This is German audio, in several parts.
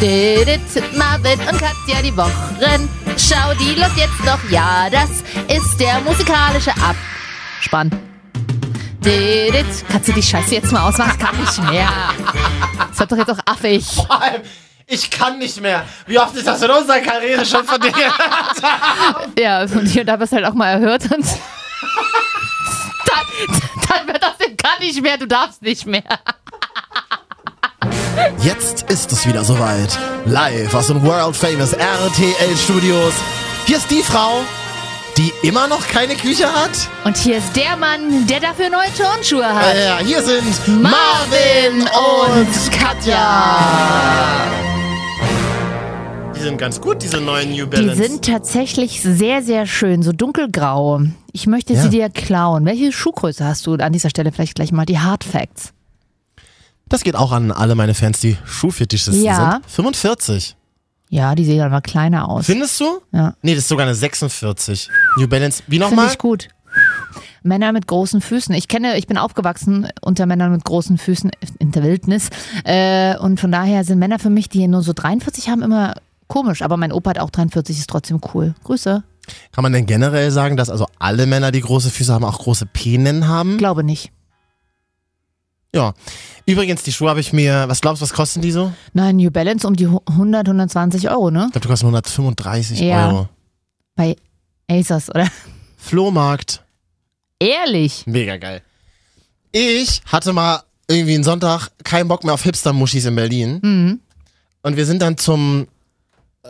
Didit, Marvin und Katja die Wochenschau, die läuft jetzt noch. Ja, das ist der musikalische Abspann. Didit. Kannst du die Scheiße jetzt mal ausmachen? Ich kann nicht mehr. Das wird doch jetzt auch affig. Vor allem, ich kann nicht mehr. Wie oft ist das in unserer Karriere schon von dir? Ja, und hier und da wirst du halt auch mal erhört. Und dann, dann wird das Ding kann nicht mehr, du darfst nicht mehr. Jetzt ist es wieder soweit. Live aus den World Famous RTL Studios. Hier ist die Frau, die immer noch keine Küche hat. Und hier ist der Mann, der dafür neue Turnschuhe hat. Äh, ja, hier sind Marvin und Katja. Die sind ganz gut, diese neuen New Die Balance. sind tatsächlich sehr, sehr schön, so dunkelgrau. Ich möchte Ja. sie dir klauen. Welche Schuhgröße hast du? An dieser Stelle vielleicht gleich mal die Hard Facts. Das geht auch an alle meine Fans, die Schuhfetischisten Ja. sind. 45. Ja, die sehen aber kleiner aus. Findest du? Ja. Nee, das ist sogar eine 46. New Balance. Wie Finde nochmal? ich gut. Männer mit großen Füßen. Ich kenne, ich bin aufgewachsen unter Männern mit großen Füßen in der Wildnis. Äh, und von daher sind Männer für mich, die nur so 43 haben, immer komisch. Aber mein Opa hat auch 43, ist trotzdem cool. Grüße. Kann man denn generell sagen, dass also alle Männer, die große Füße haben, auch große Penen haben? Glaube nicht. Ja. Übrigens, die Schuhe habe ich mir, was glaubst du, was kosten die so? Nein, New Balance um die 100, 120 Euro, ne? Ich glaube, die kosten 135 Ja. Euro. Bei Asos, oder? Flohmarkt. Ehrlich? Mega geil. Ich hatte mal irgendwie einen Sonntag keinen Bock mehr auf Hipster-Muschis in Berlin. Mhm. Und wir sind dann zum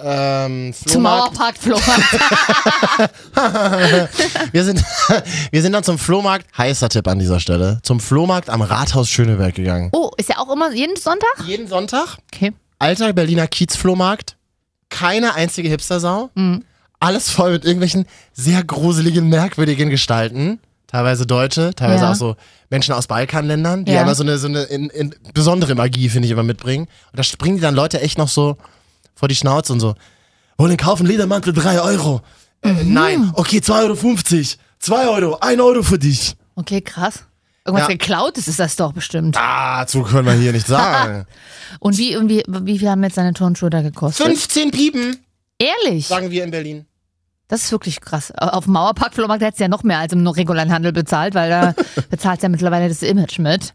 ähm, Zum Flohmarkt. Mauerpark Flohmarkt. Wir sind, wir sind dann zum Flohmarkt, heißer Tipp an dieser Stelle, zum Flohmarkt am Rathaus Schöneberg gegangen. Oh, ist ja auch immer jeden Sonntag? Jeden Sonntag Okay. alter Berliner Kiezflohmarkt, keine einzige Hipstersau, alles voll mit irgendwelchen sehr gruseligen, merkwürdigen Gestalten. Teilweise Deutsche, teilweise Ja. auch so Menschen aus Balkanländern, die Ja. aber so eine, so eine in, in besondere Magie, finde ich, immer mitbringen. Und da springen die dann Leute echt noch so vor die Schnauze und so, hol den Kauf einen Ledermantel, 3 Euro. Äh, nein, okay, 2,50 Euro. 2 Euro, 1 Euro für dich. Okay, krass. Irgendwas Ja. geklautes ist das doch bestimmt. Dazu können Ah, wir hier nicht sagen. Und wie, und wie, wie viel haben jetzt seine Turnschuhe da gekostet? 15 Piepen, Ehrlich? sagen wir in Berlin. Das ist wirklich krass. Auf dem Mauerpark Flohmarkt hättest du ja noch mehr als im regulären Handel bezahlt, weil da bezahlt ja mittlerweile das Image mit.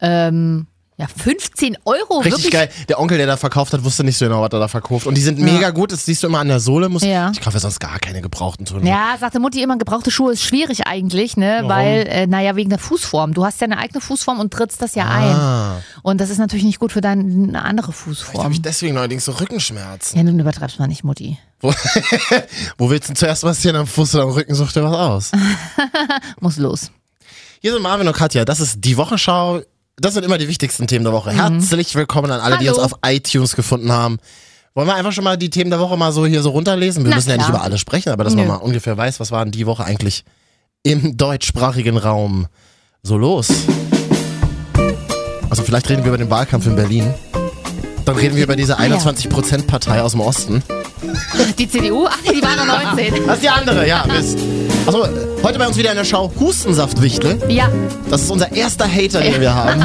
Ähm, ja, 15 Euro, Richtig wirklich. geil. Der Onkel, der da verkauft hat, wusste nicht so genau, was er da verkauft. Und die sind mega gut. Das siehst du immer an der Sohle. Muss Ja. Ich kaufe sonst gar keine gebrauchten Turnschuhe. Ja, sagte Mutti immer, gebrauchte Schuhe ist schwierig eigentlich, ne? Weil, äh, naja, wegen der Fußform. Du hast ja eine eigene Fußform und trittst das ja Ah. ein. Und das ist natürlich nicht gut für deine andere Fußform. Habe ich deswegen neuerdings so Rückenschmerzen. Ja, nun übertreibst mal nicht, Mutti. Wo willst du denn zuerst was hier am Fuß oder am Rücken? Such um dir was aus. Muss los. Hier sind Marvin und Katja. Das ist die Wochenschau. Das sind immer die wichtigsten Themen der Woche. Herzlich willkommen an alle, die uns Mhm. Hallo. auf iTunes gefunden haben. Wollen wir einfach schon mal die Themen der Woche mal so hier so runterlesen? Wir Na müssen ja klar. nicht über alle sprechen, aber dass man Nö. mal ungefähr weiß, was war denn die Woche eigentlich im deutschsprachigen Raum so los? Also vielleicht reden wir über den Wahlkampf in Berlin. Dann reden wir über diese Ah, ja. 21%-Partei aus dem Osten. Die CDU? Ach, die war noch 19. Das ist die andere, ja, Mist. Also heute bei uns wieder in der Schau Hustensaftwichtel. Ja, Das ist unser erster Hater, den wir haben.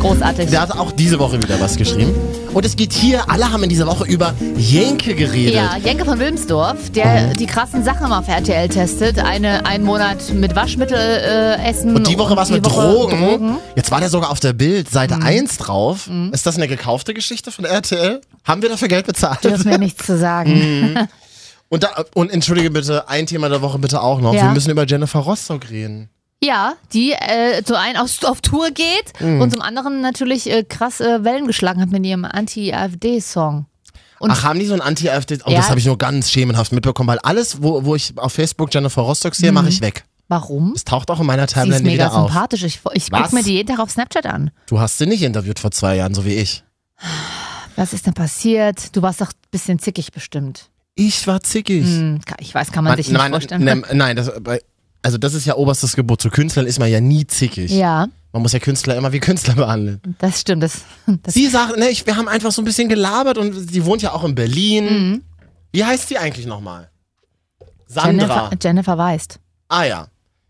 großartig. Der hat auch diese Woche wieder was geschrieben. Und es geht hier, alle haben in dieser Woche über Jenke geredet. Ja, Jenke von Wilmsdorf, Mhm. der die krassen Sachen mal auf RTL testet. Eine, einen Monat mit Waschmittel äh, essen. Und die Woche war es die mit Woche Mhm. Drogen. Jetzt war der sogar auf der Bild, Seite 1 drauf. Ist das eine gekaufte Geschichte von RTL? Haben wir dafür Geld bezahlt? Dürfen mir nichts zu Mhm. sagen. Und, da, und entschuldige bitte, ein Thema der Woche bitte auch noch. Ja. Wir müssen über Jennifer Rostock reden. Ja, die äh, zum einen auf, auf Tour geht Mhm. und zum anderen natürlich äh, krass äh, Wellen geschlagen hat mit ihrem Anti-AfD-Song. Und- Ach, haben die so ein Anti-AfD? Oh, Ja. das habe ich nur ganz schemenhaft mitbekommen, weil alles, wo, wo ich auf Facebook Jennifer Rostock sehe, mache ich weg. Warum? Es taucht auch in meiner Mhm. Sie Timeline ist nie mega wieder auf. sympathisch. Ich, ich Was? gucke mir die jeden Tag auf Snapchat an. Du hast sie nicht interviewt vor zwei Jahren, so wie ich. Was ist denn passiert? Du warst doch ein bisschen zickig bestimmt. Ich war zickig. Hm, ka- ich weiß, kann man, sich nicht nein, ne- vorstellen. Nein, nein das, bei- also das ist ja oberstes Gebot. Zu Künstlern ist man ja nie zickig. ja, Man muss ja Künstler immer wie Künstler behandeln. das stimmt. Das, das Sie sagt, ne, ich, wir haben einfach so ein bisschen gelabert und sie wohnt ja auch in Berlin. Mhm. Wie heißt sie eigentlich nochmal? Sandra. Jennifer, Jennifer Weist. Ah ja.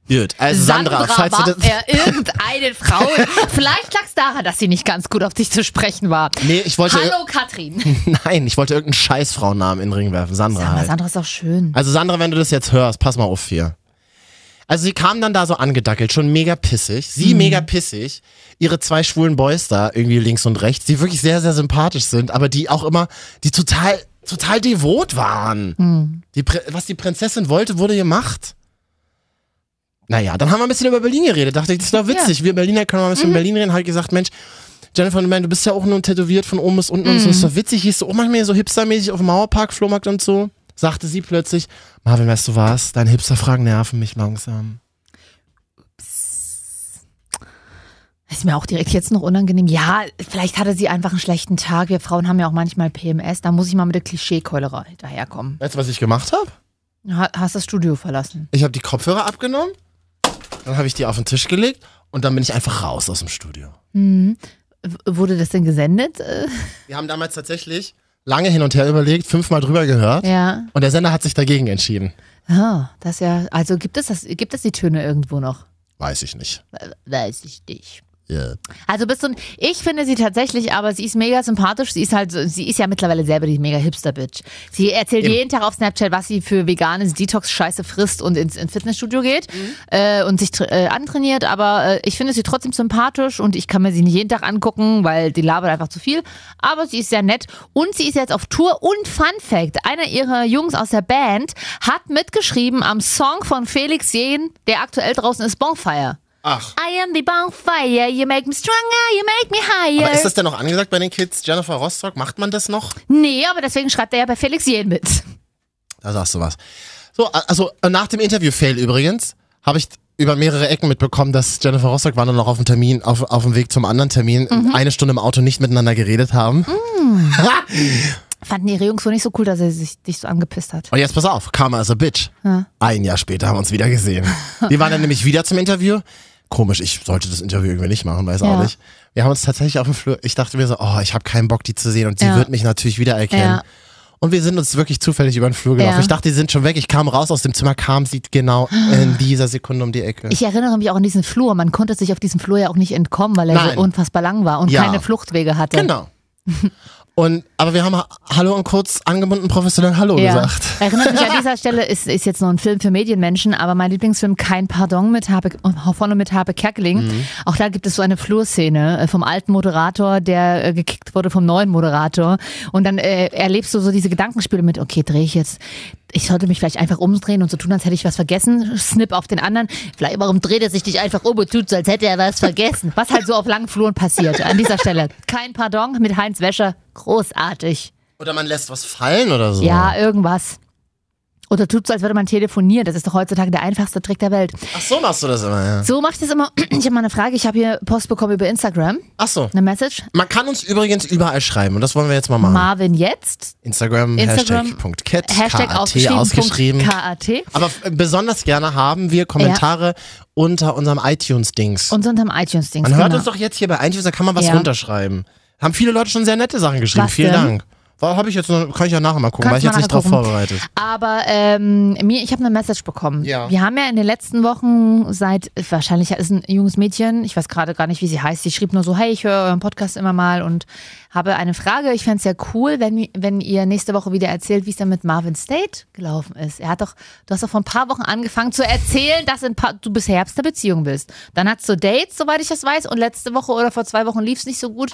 Gut, also Sandra, falls du warf das. er irgendeine Frau. Vielleicht lag es daran, dass sie nicht ganz gut auf dich zu sprechen war. Nee, ich wollte. Hallo Katrin. Nein, ich wollte irgendeinen Scheißfrauennamen in den Ring werfen. Sandra Aber halt. Sandra ist auch schön. Also Sandra, wenn du das jetzt hörst, pass mal auf hier. Also sie kam dann da so angedackelt, schon mega pissig. Sie mega pissig. Ihre zwei schwulen Boys da irgendwie links und rechts, die wirklich sehr, sehr sympathisch sind, aber die auch immer, die total, total devot waren. Die, Prä- was die Prinzessin wollte, wurde gemacht. Naja, dann haben wir ein bisschen über Berlin geredet. Dachte ich, das ist doch witzig. Wir Berliner können mal ein bisschen über Berlin reden. Halt gesagt, Mensch, Jennifer, ich meine, du bist ja auch nur tätowiert von oben bis unten und so. Ist doch witzig. Hieß du auch manchmal so hipstermäßig auf dem Mauerpark, Flohmarkt und so. Sagte sie plötzlich, Marvin, weißt du was? Deine Hipsterfragen nerven mich langsam. Ist mir auch direkt jetzt noch unangenehm. Ja, vielleicht hatte sie einfach einen schlechten Tag. Wir Frauen haben ja auch manchmal PMS. Da muss ich mal mit der Klischeekeulerei daherkommen. Weißt du, was ich gemacht habe? Ha hast das Studio verlassen. Ich habe die Kopfhörer abgenommen, dann habe ich die auf den Tisch gelegt und dann bin ich einfach raus aus dem Studio. Mhm. W wurde das denn gesendet? Äh, Wir haben damals tatsächlich lange hin und her überlegt, fünfmal drüber gehört ja. und der Sender hat sich dagegen entschieden. Ah, das ja. Also gibt es das, gibt es die Töne irgendwo noch? Weiß ich nicht. Äh, Weiß ich nicht. Äh, Also bist du ein, ich finde sie tatsächlich, aber sie ist mega sympathisch. Sie ist halt, so- sie ist ja mittlerweile selber die mega Hipster-Bitch. Sie erzählt Eben. jeden Tag auf Snapchat, was sie für veganes Detox-Scheiße frisst und ins, ins Fitnessstudio geht äh, und sich tra- äh, antrainiert. Aber äh, ich finde sie trotzdem sympathisch und ich kann mir sie nicht jeden Tag angucken, weil die labert einfach zu viel. Aber sie ist sehr nett und sie ist jetzt auf Tour. Und Fun Fact: Einer ihrer Jungs aus der Band hat mitgeschrieben am Song von Felix Jähn, der aktuell draußen ist, Bonfire. Ach. I am the bonfire, you make me stronger, you make me higher. Aber ist das denn noch angesagt bei den Kids? Jennifer Rostock, macht man das noch? nee, aber deswegen schreibt er ja bei Felix Jähn mit. Da sagst du was. So, a- also äh, nach dem Interview-Fail übrigens, habe ich t- über mehrere Ecken mitbekommen, dass Jennifer Rostock war nur noch auf dem Termin, auf, auf dem Weg zum anderen Termin, eine Stunde im Auto nicht miteinander geredet haben. Fanden ihre Jungs wohl nicht so cool, dass er sich dich so angepisst hat. Und jetzt pass auf, Karma is a Bitch. Ein Jahr später haben wir uns wieder gesehen. Wir waren dann nämlich wieder zum Interview. Komisch, ich sollte das Interview irgendwie nicht machen, weiß Ja. auch nicht. Wir haben uns tatsächlich auf dem Flur, ich dachte mir so, oh, ich habe keinen Bock, die zu sehen und sie Ja. wird mich natürlich wiedererkennen. Ja. Und wir sind uns wirklich zufällig über den Flur gelaufen. Ja. Ich dachte, die sind schon weg. Ich kam raus aus dem Zimmer, kam sie genau in dieser Sekunde um die Ecke. Ich erinnere mich auch an diesen Flur. Man konnte sich auf diesem Flur ja auch nicht entkommen, weil er Nein. so unfassbar lang war und Ja. keine Fluchtwege hatte. genau. Und, aber wir haben ha- Hallo und kurz angebunden professionell Hallo Ja. gesagt. Erinnert mich an dieser Stelle, ist, ist jetzt noch ein Film für Medienmenschen, aber mein Lieblingsfilm Kein Pardon mit Habe, äh, von und mit Habe Kerkeling. Mhm. Auch da gibt es so eine Flurszene äh, vom alten Moderator, der äh, gekickt wurde vom neuen Moderator. Und dann äh, erlebst du so diese Gedankenspiele mit, okay, drehe ich jetzt, ich sollte mich vielleicht einfach umdrehen und so tun, als hätte ich was vergessen. Snip auf den anderen. Vielleicht, warum dreht er sich nicht einfach um und tut so, als hätte er was vergessen? Was halt so auf langen Fluren passiert. An dieser Stelle. Kein Pardon mit Heinz Wäscher. Großartig. Oder man lässt was fallen oder so. Ja, irgendwas. Oder tut so, als würde man telefonieren. Das ist doch heutzutage der einfachste Trick der Welt. Ach so machst du das immer, ja. So mache ich das immer. Ich habe mal eine Frage. Ich habe hier Post bekommen über Instagram. Ach so. Eine Message. Man kann uns übrigens überall schreiben und das wollen wir jetzt mal machen. Marvin jetzt. Instagram, Instagram, Hashtag.cat, Hashtag K-A-T, ausgeschrieben. ausgeschrieben. KAT. Aber f- besonders gerne haben wir Kommentare unter unserem iTunes-Dings. Und so unterm iTunes-Dings. Man hört genau. uns doch jetzt hier bei iTunes, da kann man was Ja. runterschreiben. Haben viele Leute schon sehr nette Sachen geschrieben. Was Vielen denn? Dank. Habe ich jetzt noch, kann ich ja nachher mal gucken, Kannst weil ich mal jetzt nicht drauf nachher gucken. vorbereitet. Aber ähm, mir, ich habe eine Message bekommen. Ja. Wir haben ja in den letzten Wochen seit, wahrscheinlich ist ein junges Mädchen, ich weiß gerade gar nicht, wie sie heißt, sie schrieb nur so, hey, ich höre euren Podcast immer mal und habe eine Frage. Ich fände es ja cool, wenn, wenn ihr nächste Woche wieder erzählt, wie es dann mit Marvin State gelaufen ist. Er hat doch, du hast doch vor ein paar Wochen angefangen zu erzählen, dass in pa du bis Herbst eine Beziehung willst. Dann hattest du Dates, soweit ich das weiß, und letzte Woche oder vor zwei Wochen lief es nicht so gut.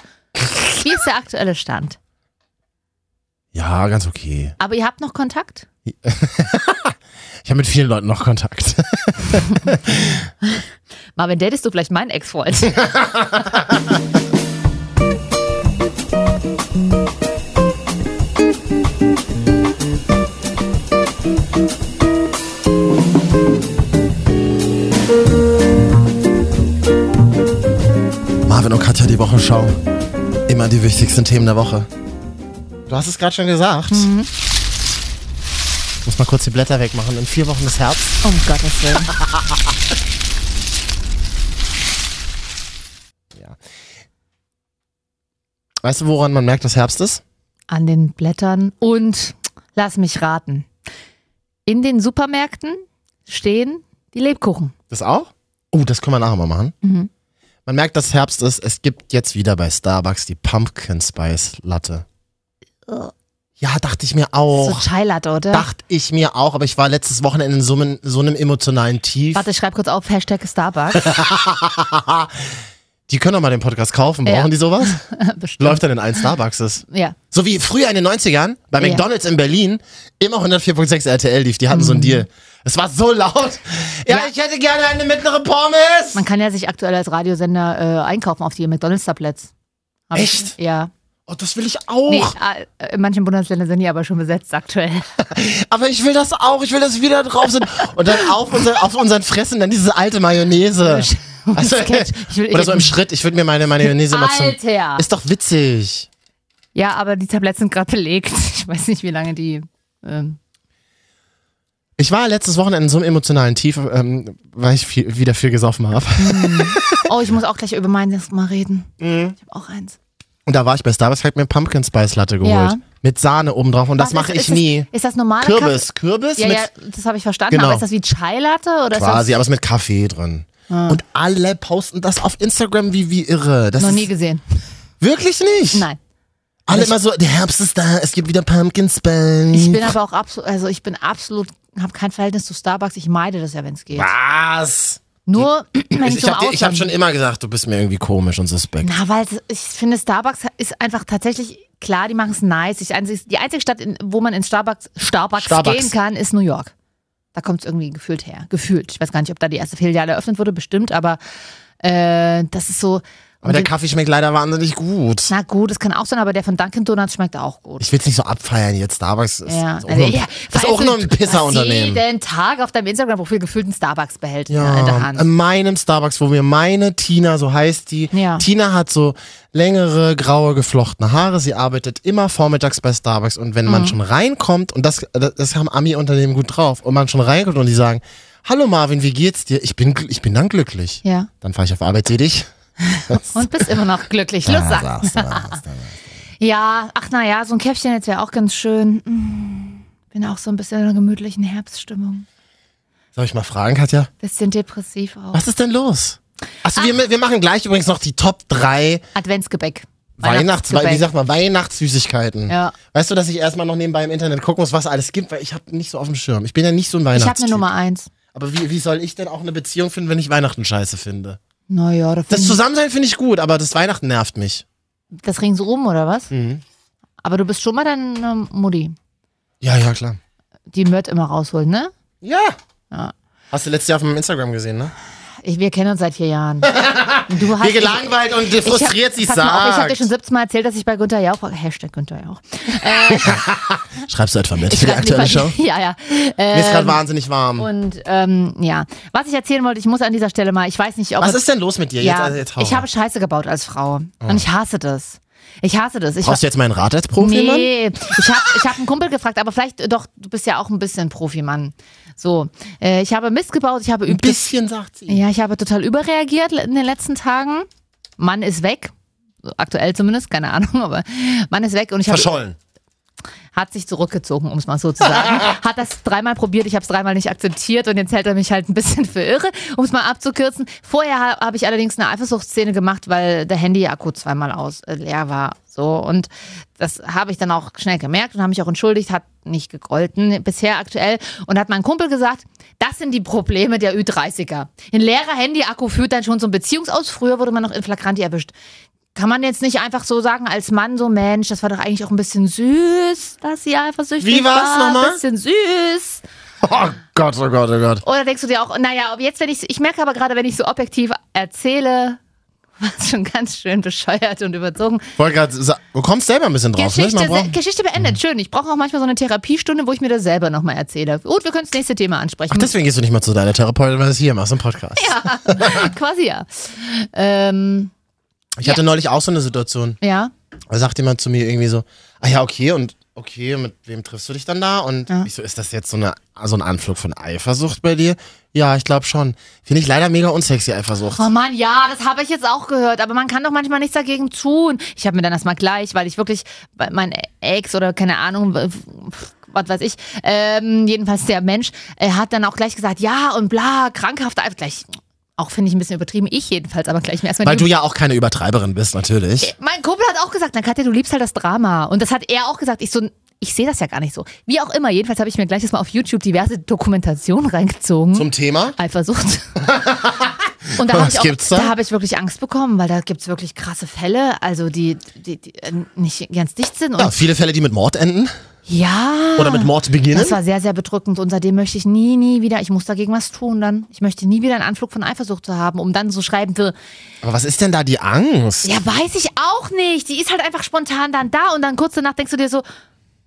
Wie ist der aktuelle Stand? Ja, ganz okay. Aber ihr habt noch Kontakt? Ich habe mit vielen Leuten noch Kontakt. Marvin, datest du vielleicht meinen Ex-Freund? Marvin und Katja, die Wochenschau. Immer die wichtigsten Themen der Woche. Du hast es gerade schon gesagt. Mhm. Ich muss mal kurz die Blätter wegmachen. In vier Wochen ist Herbst. Um Gottes Willen. Weißt du, woran man merkt, dass Herbst ist? An den Blättern und lass mich raten. In den Supermärkten stehen die Lebkuchen. Das auch? Oh, das können wir nachher mal machen. Man merkt, dass Herbst ist. Es gibt jetzt wieder bei Starbucks die Pumpkin Spice Latte. Ugh. Ja, dachte ich mir Oh. So auch. Chai Latte, oder? Dachte ich mir auch, aber ich war letztes Wochenende in so einem, so einem emotionalen Tief. Warte, ich schreibe kurz auf, Hashtag Starbucks. Die können doch mal den Podcast kaufen. Ja. Brauchen die sowas? Bestimmt. Läuft dann in allen Starbucks. ist. Ja. So wie früher in den 90ern bei Ja. McDonalds in Berlin immer 104.6 RTL lief. Die hatten so einen Mhm. Deal. Es war so laut. Ja, ich hätte gerne eine mittlere Pommes. Man kann ja sich aktuell als Radiosender äh, einkaufen auf die McDonalds-Tablets. Hab ich- Echt? Ja. Oh, das will ich auch. Nee, äh, in manchen Bundesländern sind die aber schon besetzt aktuell. Aber ich will das auch. Ich will, dass wir da drauf sind. Und dann auf, unser, auf unseren Fressen dann diese alte Mayonnaise. Also, Sketch. Ich will oder so eben- im Schritt. Ich würde mir meine Mayonnaise mal zum... Alter! Ist doch witzig. Ja, aber die Tabletts sind gerade belegt. Ich weiß nicht, wie lange die. Ähm, Ich war letztes Wochenende in so einem emotionalen Tief, ähm, weil ich viel, wieder viel gesoffen habe. oh, ich muss auch gleich über meines mal reden. Mhm. Ich habe auch eins. Und da war ich bei Starbucks, hab mir eine Pumpkin Spice Latte geholt. Ja. Mit Sahne oben drauf und das Was mache ist- ich ist nie. Das, ist das normale Kürbis, Kürbis Kaffee? Ja, mit ja, das habe ich verstanden. Genau. Aber ist das wie Chai Latte oder quasi, ist aber es mit Kaffee drin. Und alle posten das auf Instagram wie wie irre. Das das noch nie ist gesehen? wirklich nicht. Nein. Alle immer so, der Herbst ist da, es gibt wieder Pumpkin Ich Spice. bin aber auch absolut, also ich bin absolut, habe kein Verhältnis zu Starbucks. Ich meide das ja, wenn es geht. Was? Nur, wenn ich, Ich, ich zum habe hab Ausland- schon immer gesagt, du bist mir irgendwie komisch und suspekt. Na, weil es- ich finde, Starbucks ist einfach tatsächlich, klar, die machen es nice. Ich, einzig- die einzige Stadt, in, wo man in Starbucks, Starbucks, Starbucks. gehen kann, ist New York. Da kommt es irgendwie gefühlt her. Gefühlt. Ich weiß gar nicht, ob da die erste Filiale eröffnet wurde, bestimmt, aber äh, das ist so. Aber der Kaffee schmeckt leider wahnsinnig gut. na gut, das kann auch sein, aber der von Dunkin' Donuts schmeckt auch gut. Ich will es nicht so abfeiern jetzt. Starbucks ist, Ja, ist auch also, nur ein, ja, ist auch nur ein Pisserunternehmen. Jeden Tag auf deinem Instagram-Profil gefühlt einen Starbucks-Behälter in der Ja, Ähm, Hand. in meinem Starbucks, wo mir meine Tina, so heißt die, Ja. Tina hat so längere, graue, geflochtene Haare. Sie arbeitet immer vormittags bei Starbucks und wenn Mhm. man schon reinkommt, und das, das das haben Ami-Unternehmen gut drauf, und man schon reinkommt und die sagen, hallo Marvin, wie geht's dir? Ich bin, gl- ich bin dann glücklich. ja. Dann fahre ich auf Arbeit, seh dich. Ah, Und bist immer noch glücklich. Los, Da sag. saß, da saß, da. Ja, ach naja, so ein Käppchen jetzt wäre auch ganz schön. Mm, Bin auch so ein bisschen in einer gemütlichen Herbststimmung. Soll ich mal fragen, Katja? Bisschen depressiv auch. Was ist denn los? Achso, wir, wir machen gleich übrigens noch die Top 3 Adventsgebäck. Weihnachts, wie sagt man, Weihnachtssüßigkeiten. Ja. Weißt du, dass ich erstmal noch nebenbei im Internet gucken muss, was alles gibt, weil ich habe nicht so auf dem Schirm. Ich bin ja nicht so ein Ich habe Weihnachtstyp. eine Nummer eins. Aber wie, wie soll ich denn auch eine Beziehung finden, wenn ich Weihnachten scheiße finde? Naja, da Das finden- Zusammensein finde ich gut, aber das Weihnachten nervt mich. das ringsrum, oder was? Mhm. Aber du bist schon mal deine Mutti. Ja, ja, klar. Die Mört immer rausholen, ne? Ja. Ja. Hast du letztes Jahr auf meinem Instagram gesehen, ne? Ich, wir kennen uns seit vier Jahren. Du Wie gelangweilt und Ich hab- frustriert sie pass mal auf, Ich habe dir sagt. schon 17 Mal erzählt, dass ich bei Günther Jauch war. Hashtag Günther Jauch. Schreibst du etwa mit Ich für die schreib aktuelle Show? lieber- Ja, ja. Mir ist gerade wahnsinnig warm. Und ähm, ja, was ich erzählen wollte, ich muss an dieser Stelle mal, ich weiß nicht, ob was ist denn los mit dir? ja, jetzt, also jetzt hau ich mal. habe Scheiße gebaut als Frau und ich hasse das. Ich hasse das. Ich Brauchst du jetzt meinen Rat als Profi, Mann? Nee, ich habe ich hab einen Kumpel gefragt, aber vielleicht äh, doch, du bist ja auch ein bisschen Profimann. So, äh, ich habe Mist gebaut, ich habe Ein üblich. bisschen, sagt sie. Ja, ich habe total überreagiert in den letzten Tagen. Mann ist weg. So Aktuell zumindest, keine Ahnung, aber Mann ist weg und ich habe Verschollen. hat sich zurückgezogen, um es mal so zu sagen. hat das dreimal probiert, ich habe es dreimal nicht akzeptiert und jetzt hält er mich halt ein bisschen für irre, um es mal abzukürzen. Vorher ha- habe ich allerdings eine Eifersuchtsszene gemacht, weil der Handy-Akku zweimal aus äh, leer war. So und das habe ich dann auch schnell gemerkt und habe mich auch entschuldigt, hat nicht gegolten bisher aktuell und hat mein Kumpel gesagt, das sind die Probleme der Ü30er. Ein leerer Handy-Akku führt dann schon zum Beziehungsaus. Früher wurde man noch in Flagranti erwischt. Kann man jetzt nicht einfach so sagen, als Mann so, Mensch, das war doch eigentlich auch ein bisschen süß, dass sie eifersüchtig Wie war's war. nochmal? Ein bisschen süß. Oh Gott, oh Gott, oh Gott. Oder denkst du dir auch, naja, ob jetzt, wenn ich, ich merke aber gerade, wenn ich so objektiv erzähle, war es schon ganz schön bescheuert und überzogen. Wollte grad sa- Du kommst selber ein bisschen drauf, Geschichte, ne? Man se- braucht- Geschichte beendet, schön. Ich brauche auch manchmal so eine Therapiestunde, wo ich mir das selber nochmal erzähle. Gut, wir können das nächste Thema ansprechen. Ach, deswegen gehst du nicht mal zu deiner Therapeutin, weil du es hier machst im Podcast. Quasi ja. Ähm, Ich hatte neulich auch so eine Situation. ja. Da sagt jemand zu mir irgendwie so, ah ja, okay, und okay, mit wem triffst du dich dann da? Und Ja. ich so, ist das jetzt so, eine, so ein Anflug von Eifersucht bei dir? Ja, ich glaube schon. Finde ich leider mega unsexy Eifersucht. Oh Mann, ja, das habe ich jetzt auch gehört, aber man kann doch manchmal nichts dagegen tun. Ich habe mir dann das mal gleich, weil ich wirklich bei- mein Ex oder keine Ahnung, w- was weiß ich. Ähm, jedenfalls der Mensch äh, hat dann auch gleich gesagt, ja und bla, krankhaft, also gleich. Auch finde ich ein bisschen übertrieben, ich jedenfalls, aber gleich mir erstmal Weil die- du ja auch keine Übertreiberin bist, natürlich. mein Kumpel hat auch gesagt, dann Katja, du liebst halt das Drama. Und das hat er auch gesagt. Ich so, ich sehe das ja gar nicht so. Wie auch immer, jedenfalls habe ich mir gleiches Mal auf YouTube diverse Dokumentationen reingezogen. Zum Thema? Eifersucht. Und da habe Was ich, auch- gibt's da? da hab ich wirklich Angst bekommen, weil da gibt es wirklich krasse Fälle, also die, die, die äh, nicht ganz dicht sind. Und Ja, viele Fälle, die mit Mord enden ja. oder mit Mord beginnen. Das war sehr, sehr bedrückend und seitdem möchte ich nie, nie wieder, ich muss dagegen was tun dann. Ich möchte nie wieder einen Anflug von Eifersucht zu haben, um dann so schreiben für, Aber was ist denn da die Angst? Ja, weiß ich auch nicht. Die ist halt einfach spontan dann da und dann kurz danach denkst du dir so,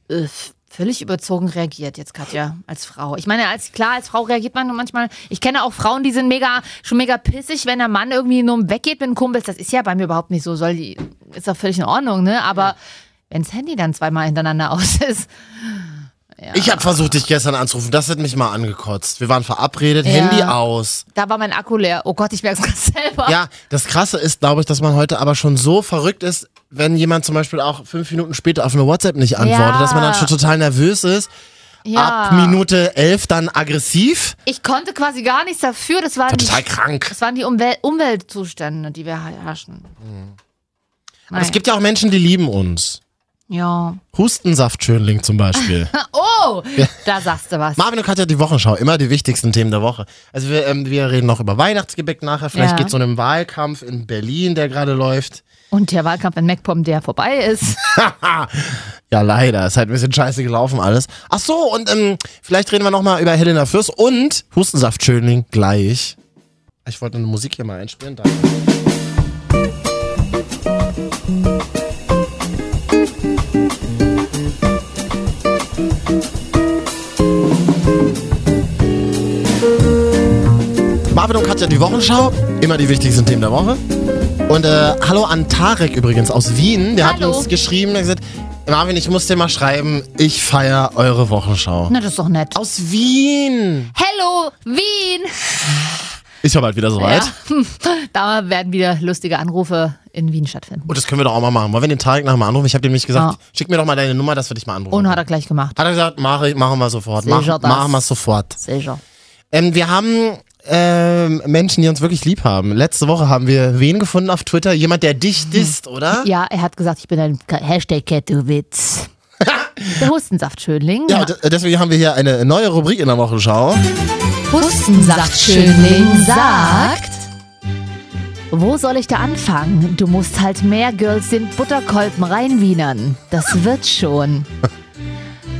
äh, völlig überzogen reagiert jetzt Katja als Frau. Ich meine, als klar, als Frau reagiert man manchmal. Ich kenne auch Frauen, die sind mega schon mega pissig, wenn der Mann irgendwie nur weggeht mit den Kumpels. Das ist ja bei mir überhaupt nicht so. Soll die ist doch völlig in Ordnung, ne? Aber wenns Handy dann zweimal hintereinander aus ist, Ich habe versucht, dich gestern anzurufen. Das hat mich mal angekotzt. Wir waren verabredet, Ja. Handy aus. da war mein Akku leer. Oh Gott, ich merk's grad selber. Ja, das Krasse ist, glaube ich, dass man heute aber schon so verrückt ist, wenn jemand zum Beispiel auch fünf Minuten später auf eine WhatsApp nicht antwortet, Ja. dass man dann schon total nervös ist. Ab Minute elf dann aggressiv. Ich konnte quasi gar nichts dafür. Das waren Total die, krank. das waren die Umwel Umweltzustände, die wir herrschen. Aber es gibt ja auch Menschen, die lieben uns. Ja. Hustensaftschönling zum Beispiel. Oh, da sagst du was. Marvin und Katja, die Wochenschau, immer die wichtigsten Themen der Woche. Also wir, ähm, wir reden noch über Weihnachtsgebäck nachher. Vielleicht Ja. geht es um einen Wahlkampf in Berlin, der gerade läuft. Und der Wahlkampf in MacPom, der vorbei ist. Ja, leider. Ist halt ein bisschen scheiße gelaufen alles. Ach so, und ähm, vielleicht reden wir nochmal über Helena Fürst und Hustensaftschönling gleich. Ich wollte eine Musik hier mal einspielen. Danke. Marvin und Katja, die Wochenschau. Immer die wichtigsten Themen der Woche. Und äh, hallo an Tarek übrigens aus Wien. Der Hallo. hat uns geschrieben, der hat gesagt, Marvin, ich muss dir mal schreiben, ich feier eure Wochenschau. Na, das ist doch nett. Aus Wien. Hello, Wien! Ist ja bald wieder soweit. Ja. Da werden wieder lustige Anrufe in Wien stattfinden. Und Oh, das können wir doch auch mal machen. Wollen wir den Tarek nachher mal anrufen? Ich habe dem nicht gesagt, Ja. Oh schick mir doch mal deine Nummer, dass wir dich mal anrufen. Und hat er gleich gemacht. Hat er gesagt, mach ich, machen wir sofort. Sicher Mach, das. machen wir sofort. Sicher. Ähm, wir haben ähm, Menschen, die uns wirklich lieb haben. Letzte Woche haben wir wen gefunden auf Twitter? Jemand, der dich disst, oder? Hm. Ja, er hat gesagt, ich bin ein Ka- Hashtag Kettowitz. Der Hustensaftschönling. Ja, und de- deswegen haben wir hier eine neue Rubrik in der Wochenschau. Hustensaftschönling sagt. Wo soll ich da anfangen? Du musst halt mehr Girls den Butterkolben reinwienern. Das wird schon.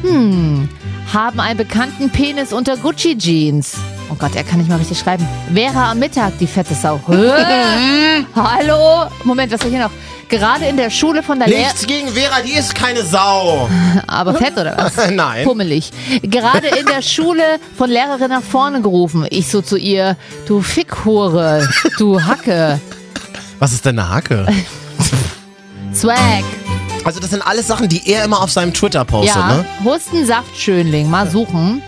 Hm, haben einen bekannten Penis unter Gucci Jeans. Oh Gott, er kann nicht mal richtig schreiben. Vera am Mittag, die fette Sau. Hä? Hallo? Moment, was war hier noch? Gerade in der Schule von der Lehr... Nichts gegen Vera, die ist keine Sau. Aber fett oder was? Nein. Pummelig. Gerade in der Schule von Lehrerin nach vorne gerufen. Ich so zu ihr, du Fickhure, du Hacke, Was ist denn eine Hacke? Swag. Also das sind alles Sachen, die er immer auf seinem Twitter postet, Ja, ne? Hustensaftschönling, mal suchen.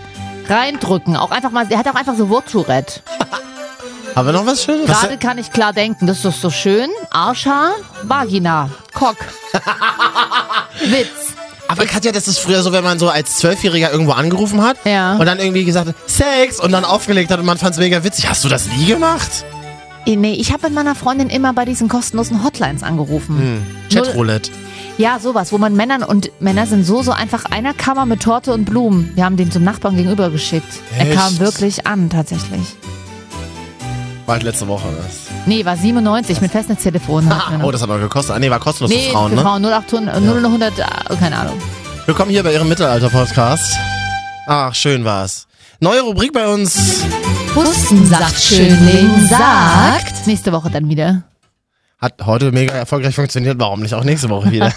Reindrücken, auch einfach mal, er hat auch einfach so Wurzelrett. Haben wir noch was Schönes? Was- Gerade kann ich klar denken, das ist doch so schön. Arschhaar, Vagina, Cock. Witz. Aber Katja, das ist früher so, wenn man so als Zwölfjähriger irgendwo angerufen hat Ja. und dann irgendwie gesagt hat, Sex und dann aufgelegt hat und man fand's mega witzig. Hast du das nie gemacht? Eh, Nee, ich habe mit meiner Freundin immer bei diesen kostenlosen Hotlines angerufen. Hm. Null- Chatroulette. Ja, sowas, wo man Männern und Männer sind so, so einfach einer Kammer mit Torte und Blumen. Wir haben den zum Nachbarn gegenüber geschickt. Er Echt? kam wirklich an, tatsächlich. Bald halt letzte Woche. Das. Nee, war 97 mit Festnetztelefon. hat mir noch- Oh, das hat aber gekostet. Ah, nee, war kostenlos nee, für Frauen, für ne? Frauen 0800, 0100, äh, keine Ahnung. Willkommen hier bei Ihrem Mittelalter-Podcast. Ach, schön war's. Neue Rubrik bei uns. Hustensaftschönling sagt. Nächste Woche dann wieder. Hat heute mega erfolgreich funktioniert. Warum nicht auch nächste Woche wieder?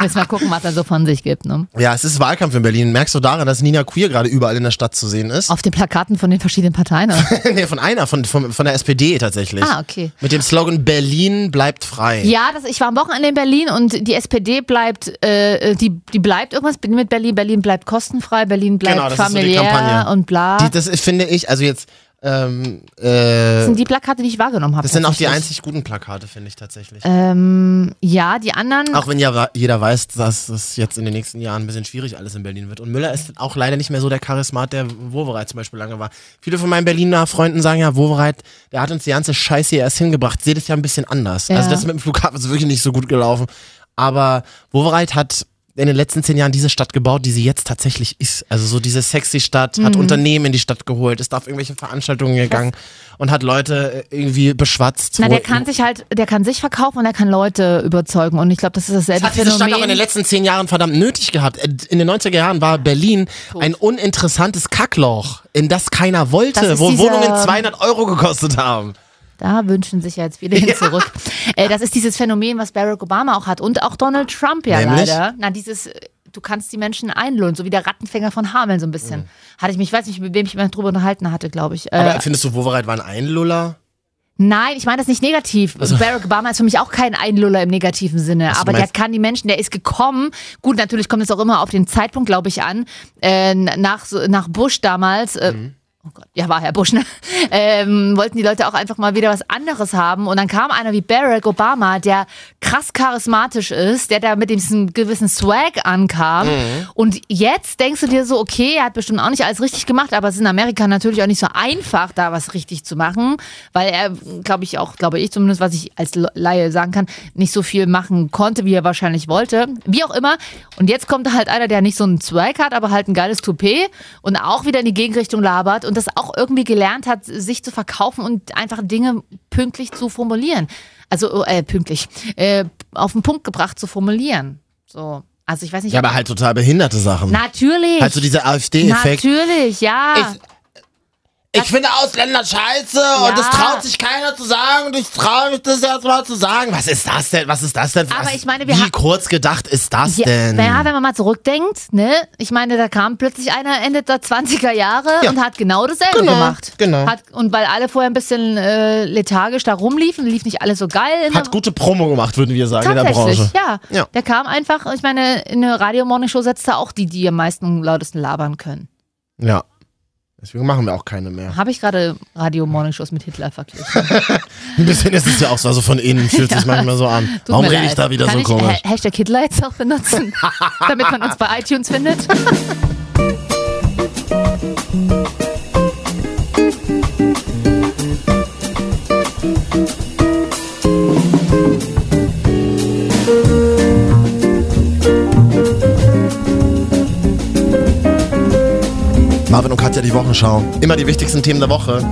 Müssen mal gucken, was er so von sich gibt. Ne? ja, es ist Wahlkampf in Berlin. Merkst du daran, dass Nina Queer gerade überall in der Stadt zu sehen ist? Auf den Plakaten von den verschiedenen Parteien. oder? nee, von einer, von, von, von der SPD tatsächlich. ah, okay. Mit dem Slogan Berlin bleibt frei. Ja, das, ich war am Wochenende in Berlin und die SPD bleibt, äh, die, die bleibt irgendwas mit Berlin. Berlin bleibt kostenfrei, Berlin bleibt Genau, das ist so die familiär Kampagne. und bla. Die, das finde ich, also jetzt, Ähm, äh, Das sind die Plakate, die ich wahrgenommen habe. das sind auch die tatsächlich. einzig guten Plakate, finde ich tatsächlich. Ähm, ja, die anderen. Auch wenn ja jeder weiß, dass das jetzt in den nächsten Jahren ein bisschen schwierig alles in Berlin wird. Und Müller ist auch leider nicht mehr so der Charismat, der Wowereit zum Beispiel lange war. Viele von meinen Berliner Freunden sagen ja, Wowereit, der hat uns die ganze Scheiße hier erst hingebracht. Seht es ja ein bisschen anders. Ja. Also das mit dem Flughafen ist wirklich nicht so gut gelaufen. Aber Wowereit hat in den letzten zehn Jahren diese Stadt gebaut, die sie jetzt tatsächlich ist. Also so diese sexy Stadt, Mhm. hat Unternehmen in die Stadt geholt, ist auf irgendwelche Veranstaltungen gegangen und hat Leute äh, irgendwie beschwatzt. Na, wo- der kann sich halt, der kann sich verkaufen und er kann Leute überzeugen. Und ich glaube, das ist dasselbe Das hat diese Stadt auch in den Phänomen. letzten zehn Jahren verdammt nötig gehabt. Äh, In den 90er Jahren war Berlin ein uninteressantes Kackloch, in das keiner Das wollte, ist wo dieser- Wohnungen 200 Euro gekostet haben. Da wünschen sich ja jetzt viele hin zurück. Äh, das ist dieses Phänomen, was Barack Obama auch hat und auch Donald Trump ja Nämlich? leider. Na, dieses, äh, du kannst die Menschen einlullen, so wie der Rattenfänger von Hameln so ein bisschen. Hatte ich mich, weiß nicht, mit wem ich mich drüber unterhalten hatte, glaube ich. Äh, Mhm. Aber findest du, Wovereit war ein Einluller? Nein, ich meine das nicht negativ. Barack Obama ist für mich auch kein Einluller im negativen Sinne. du Aber der meinst- kann die Menschen, der ist gekommen. Gut, natürlich kommt es auch immer auf den Zeitpunkt, glaube ich, an. Äh, nach, so- nach Bush damals. Äh, Mhm. Oh Gott, ja, war Herr Bush, ne? Ähm, wollten die Leute auch einfach mal wieder was anderes haben. Und dann kam einer wie Barack Obama, der krass charismatisch ist, der da mit diesem gewissen Swag ankam. Und jetzt denkst du dir so, okay, er hat bestimmt auch nicht alles richtig gemacht, aber es ist in Amerika natürlich auch nicht so einfach, da was richtig zu machen, weil er, glaube ich, auch, glaube ich zumindest, was ich als Laie sagen kann, nicht so viel machen konnte, wie er wahrscheinlich wollte. Wie auch immer. Und jetzt kommt halt einer, der nicht so einen Zweig hat, aber halt ein geiles Toupet und auch wieder in die Gegenrichtung labert und das auch irgendwie gelernt hat, sich zu verkaufen und einfach Dinge pünktlich zu formulieren. Also, äh, pünktlich. Äh, auf den Punkt gebracht zu formulieren. So. Also, ich weiß nicht. Ja, ob- aber halt total behinderte Sachen. Natürlich. halt so dieser AfD-Effekt. Natürlich, ja. Ich- Ich finde Ausländer scheiße und Ja. das traut sich keiner zu sagen und ich traue mich das jetzt mal zu sagen. Was ist das denn? Was ist das denn? Aber Was- ich meine, wir Wie ha- kurz gedacht ist das Ja, denn? naja, wenn man mal zurückdenkt, ne? Ich meine, da kam plötzlich einer Ende der 20er Jahre Ja. und hat genau dasselbe Genau, gemacht. genau. Hat, und weil alle vorher ein bisschen äh, lethargisch da rumliefen, lief nicht alles so geil. in Hat der- gute Promo gemacht, würden wir sagen, in der Branche. Tatsächlich, ja. Ja. Der kam einfach, ich meine, in eine Radio-Morning-Show setzt er auch die, die am meisten und lautesten labern können. Ja. Deswegen machen wir auch keine mehr. Habe ich gerade Radio-Morning-Shows mit Hitler verglichen? Ein bisschen ist es ja auch so, also von innen fühlt es sich manchmal so an. Tut Warum mir rede ich leid. da wieder Kann so ich komisch? Ha- Hashtag Hitler jetzt auch benutzen, damit man uns bei iTunes findet. Marvin und Katja, die Wochenschau. Immer die wichtigsten Themen der Woche.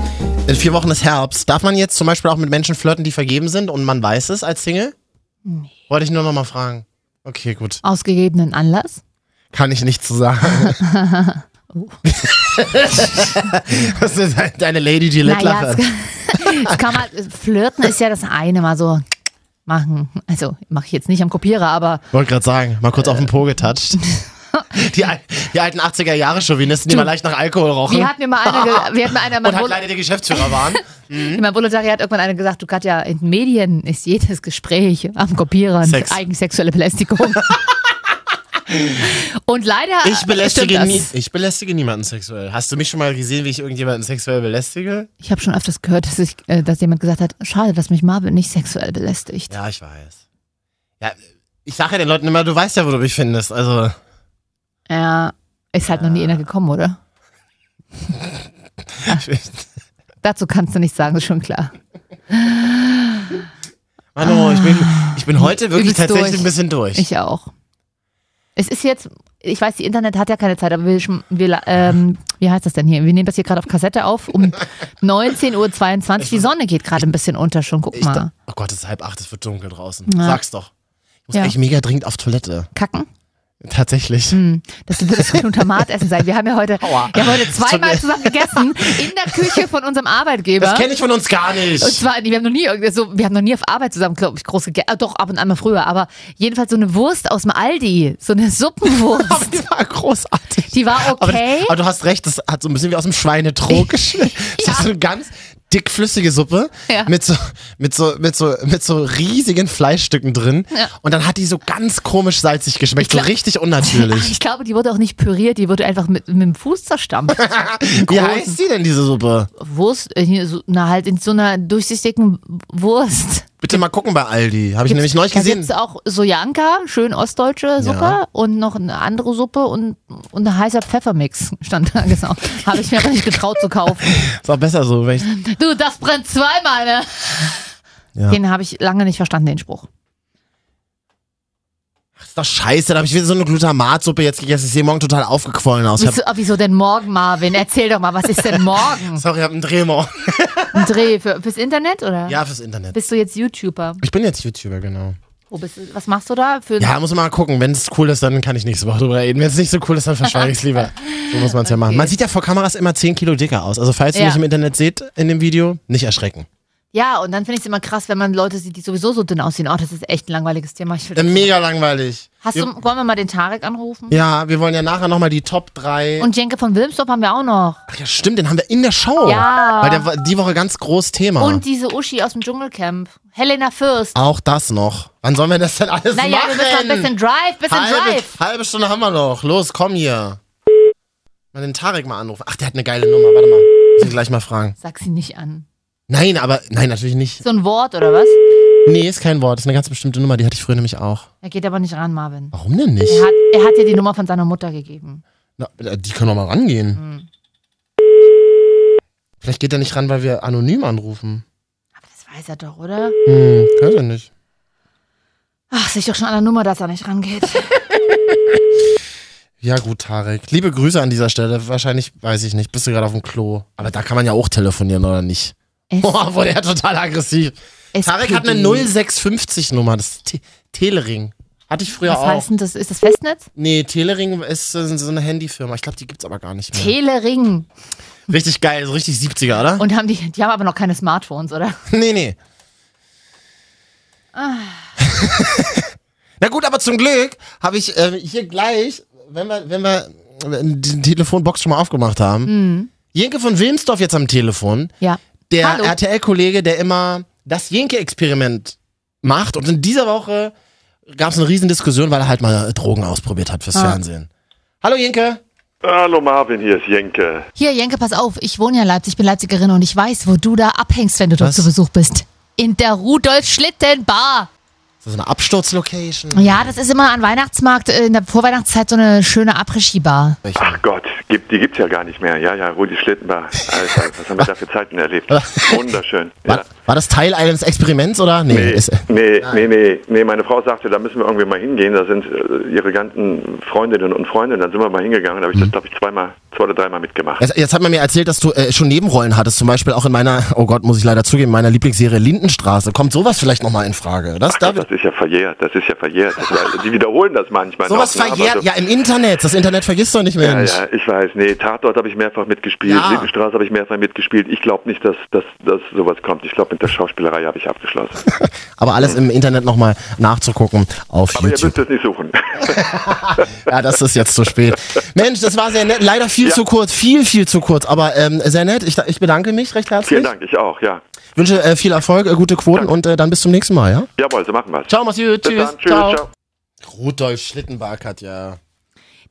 In vier Wochen ist Herbst. Darf man jetzt zum Beispiel auch mit Menschen flirten, die vergeben sind und man weiß es als Single? Nee. Wollte ich nur nochmal fragen. Okay, gut. Aus gegebenen Anlass. Kann ich nicht zu sagen. Oh. das ist halt deine Lady Gillette Naja, lacht. es kann, es kann man, flirten ist ja das eine, mal so machen. Also mache ich jetzt nicht am Kopierer, aber Wollte gerade sagen, mal kurz auf den Po getatscht. Die, al- die alten 80er Jahre Chauvinisten, die mal leicht nach Alkohol rochen wie hat mir mal einer, ge- wie hat mir einer und mein, halt Volu leider die Geschäftsführer waren. Hm? mein Volontariat irgendwann einer gesagt, du Katja, in den Medien ist jedes Gespräch am Kopierer Sex. eigensexuelle Belästigung. Und leider äh, Ich belästige, stimmt das. nie, ich belästige niemanden sexuell. Hast du mich schon mal gesehen, wie ich irgendjemanden sexuell belästige? Ich habe schon öfters gehört, dass, ich, äh, dass jemand gesagt hat, schade, dass mich Marvin nicht sexuell belästigt. Ja, ich weiß. Ja, ich sage ja den Leuten immer, du weißt ja, wo du mich findest. Also, Ja, ist halt noch nie einer gekommen, oder? Dazu kannst du nichts sagen, ist schon klar. Manu, Ah. ich bin, ich bin heute wirklich Übelst tatsächlich durch. ein bisschen durch. Ich auch. Es ist jetzt, ich weiß, die Internet hat ja keine Zeit, aber wir, schm- wir ähm, wie heißt das denn hier? Wir nehmen das hier gerade auf Kassette auf um 19.22 Uhr. Die Sonne geht gerade ein bisschen unter schon, guck Ich da- mal. oh Gott, es ist halb acht, es wird dunkel draußen. Ja. Sag's doch. Ich muss Ja. echt mega dringend auf Toilette. Kacken? Tatsächlich. Das wird das Glutamatessen sein. Wir haben ja heute, Aua. wir haben heute Tut zweimal mir- zusammen gegessen in der Küche von unserem Arbeitgeber. Das kenne ich von uns gar nicht. Und zwar, wir haben noch nie, irgendwie so, wir haben noch nie auf Arbeit zusammen, glaube ich, groß gegessen. Doch, ab und an mal früher, aber jedenfalls so eine Wurst aus dem Aldi, so eine Suppenwurst. Die war großartig. Die war Aber, okay. das, aber du hast recht, das hat so ein bisschen wie aus dem Schweinetrog geschmeckt. Das ist so ein ganz dickflüssige Suppe Ja. mit, so, mit, so, mit, so, mit so riesigen Fleischstücken drin. Ja. Und dann hat die so ganz komisch salzig geschmeckt, so glaub- richtig unnatürlich. Ich glaube, die wurde auch nicht püriert, die wurde einfach mit, mit dem Fuß zerstampft. Wie heißt die denn, diese Suppe? Wurst, äh, hier so, na halt in so einer durchsichtigen Wurst. Bitte mal gucken bei Aldi. Habe ich nämlich neulich da gesehen. gibt's auch Sojanka, schön ostdeutsche Suppe Ja. und noch eine andere Suppe und, und ein heißer Pfeffermix stand da, genau. Habe ich mir aber nicht getraut zu kaufen. Ist auch besser so. Wenn ich, Du, das brennt zweimal, ne? Ja. Den habe ich lange nicht verstanden, den Spruch. ach, ist doch scheiße. Da habe ich wieder so eine Glutamatsuppe jetzt gegessen. Ich sehe morgen total aufgequollen aus. Ich hab, Wieso, ah, wieso denn morgen, Marvin? Erzähl doch mal, was ist denn morgen? sorry, ich habe einen Drehmor. Ein Dreh für, fürs Internet, oder? Ja, fürs Internet. Bist du jetzt YouTuber? Ich bin jetzt YouTuber, genau. Wo bist du, was machst du da? Für Ja, muss man mal gucken. Wenn es cool ist, dann kann ich nächste Woche drüber reden. Wenn es nicht so cool ist, dann verschweige ich es lieber. So muss man es ja machen. Okay. Man sieht ja vor Kameras immer 10 Kilo dicker aus. Also falls ihr Ja. mich im Internet seht in dem Video, nicht erschrecken. ja und dann finde ich es immer krass, wenn man Leute sieht, die sowieso so dünn aussehen. Oh, das ist echt ein langweiliges Thema. Ich will Äh, Mega langweilig. Hast wir, du, wollen wir mal den Tarek anrufen? ja, wir wollen ja nachher nochmal die Top 3. Und Jenke von Wilmsdorf haben wir auch noch. Ach ja, stimmt, den haben wir in der Show. Ja. Weil der war die Woche ganz groß Thema. Und diese Uschi aus dem Dschungelcamp. Helena Fürst. Auch das noch. Wann sollen wir das denn alles naja, machen? wir müssen noch ein bisschen Drive, bisschen halbe, Drive. halbe Stunde haben wir noch. Los, komm hier. Mal den Tarek mal anrufen. Ach, der hat eine geile Nummer. Warte mal. Muss ich gleich mal fragen. Sag sie nicht an. Nein, aber nein, natürlich nicht. So ein Wort oder was? Nee, ist kein Wort. Ist eine ganz bestimmte Nummer. Die hatte ich früher nämlich auch. Er geht aber nicht ran, Marvin. Warum denn nicht? Er hat, er hat dir die Nummer von seiner Mutter gegeben. Na, die können doch mal rangehen. Hm. Vielleicht geht er nicht ran, weil wir anonym anrufen. Aber das weiß er doch, oder? Hm, können wir nicht. Ach, sehe ich doch schon an der Nummer, dass er nicht rangeht. Ja gut, Tarek. Liebe Grüße an dieser Stelle. Wahrscheinlich, weiß ich nicht, bist du gerade auf dem Klo. Aber da kann man ja auch telefonieren, oder nicht? Es- Boah, wurde er total aggressiv. SPD. Tarek hat eine 0650-Nummer, das ist Te Telering. Hatte ich früher Was auch. heißt denn das? Ist das Festnetz? Nee, Telering ist äh, so eine Handyfirma. Ich glaube, die gibt's aber gar nicht mehr. Telering. richtig geil, so richtig 70er, oder? Und haben die, die haben aber noch keine Smartphones, oder? nee, nee. Na gut, aber zum Glück habe ich ähm, hier gleich, wenn wir, wenn wir äh, die Telefonbox schon mal aufgemacht haben, Jenke von Wilmsdorf jetzt am Telefon. Ja. der Hallo. RTL-Kollege, der immer das Jenke-Experiment macht. Und in dieser Woche gab es eine Riesendiskussion, weil er halt mal Drogen ausprobiert hat fürs Fernsehen. Hallo Jenke. Hallo Marvin, hier ist Jenke. Hier, Jenke, pass auf. Ich wohne ja in Leipzig, bin Leipzigerin und ich weiß, wo du da abhängst, wenn du dort Was? zu Besuch bist. In der Rudolf-Schlitten-Bar. Ist das eine Absturzlocation? Ja, das ist immer an Weihnachtsmarkt, äh, in der Vorweihnachtszeit so eine schöne Après-Ski-Bar. Ach Gott, gibt, die gibt's ja gar nicht mehr. Ja, ja, Rudi Schlittenbach. Alter, was haben wir da für Zeiten erlebt? Wunderschön. Ja. War, war das Teil eines Experiments oder? Nee. Nee, Ist, nee, nee, nee, nee, meine Frau sagte, da müssen wir irgendwie mal hingehen. Da sind äh, ihre ganzen Freundinnen und Freunde. Dann sind wir mal hingegangen. Da habe ich Hm. das, glaube ich, zweimal, zwei oder dreimal mitgemacht. jetzt, jetzt hat man mir erzählt, dass du äh, schon Nebenrollen hattest. Zum Beispiel auch in meiner, oh Gott, muss ich leider zugeben, meiner Lieblingsserie Lindenstraße. Kommt sowas vielleicht nochmal in Frage? Das, da, Das ist ja verjährt, das ist ja verjährt. Das war, die wiederholen das manchmal. sowas noch, ne? Aber verjährt. so- Ja, im Internet. Das Internet vergisst doch nicht, Ja, Mensch. ja, ich weiß. Nee, Tatort habe ich mehrfach mitgespielt, Ja. Lindenstraße habe ich mehrfach mitgespielt. Ich glaube nicht, dass, dass, dass sowas kommt. Ich glaube, mit der Schauspielerei habe ich abgeschlossen. Aber alles im Internet nochmal nachzugucken auf Aber ihr YouTube. müsst es nicht suchen. Ja, das ist jetzt zu spät. Mensch, das war sehr nett. Leider viel Ja. zu kurz, viel, viel zu kurz, aber ähm, sehr nett. Ich, ich bedanke mich recht herzlich. Vielen Dank, ich auch, ja. Wünsche äh, viel Erfolg, äh, gute Quoten und äh, dann bis zum nächsten Mal, ja? Jawohl, so machen wir's. Ciao, Mathieu. Bis Tschüss. dann, tschüss, ciao. Rudolf Schlittenbach hat ja.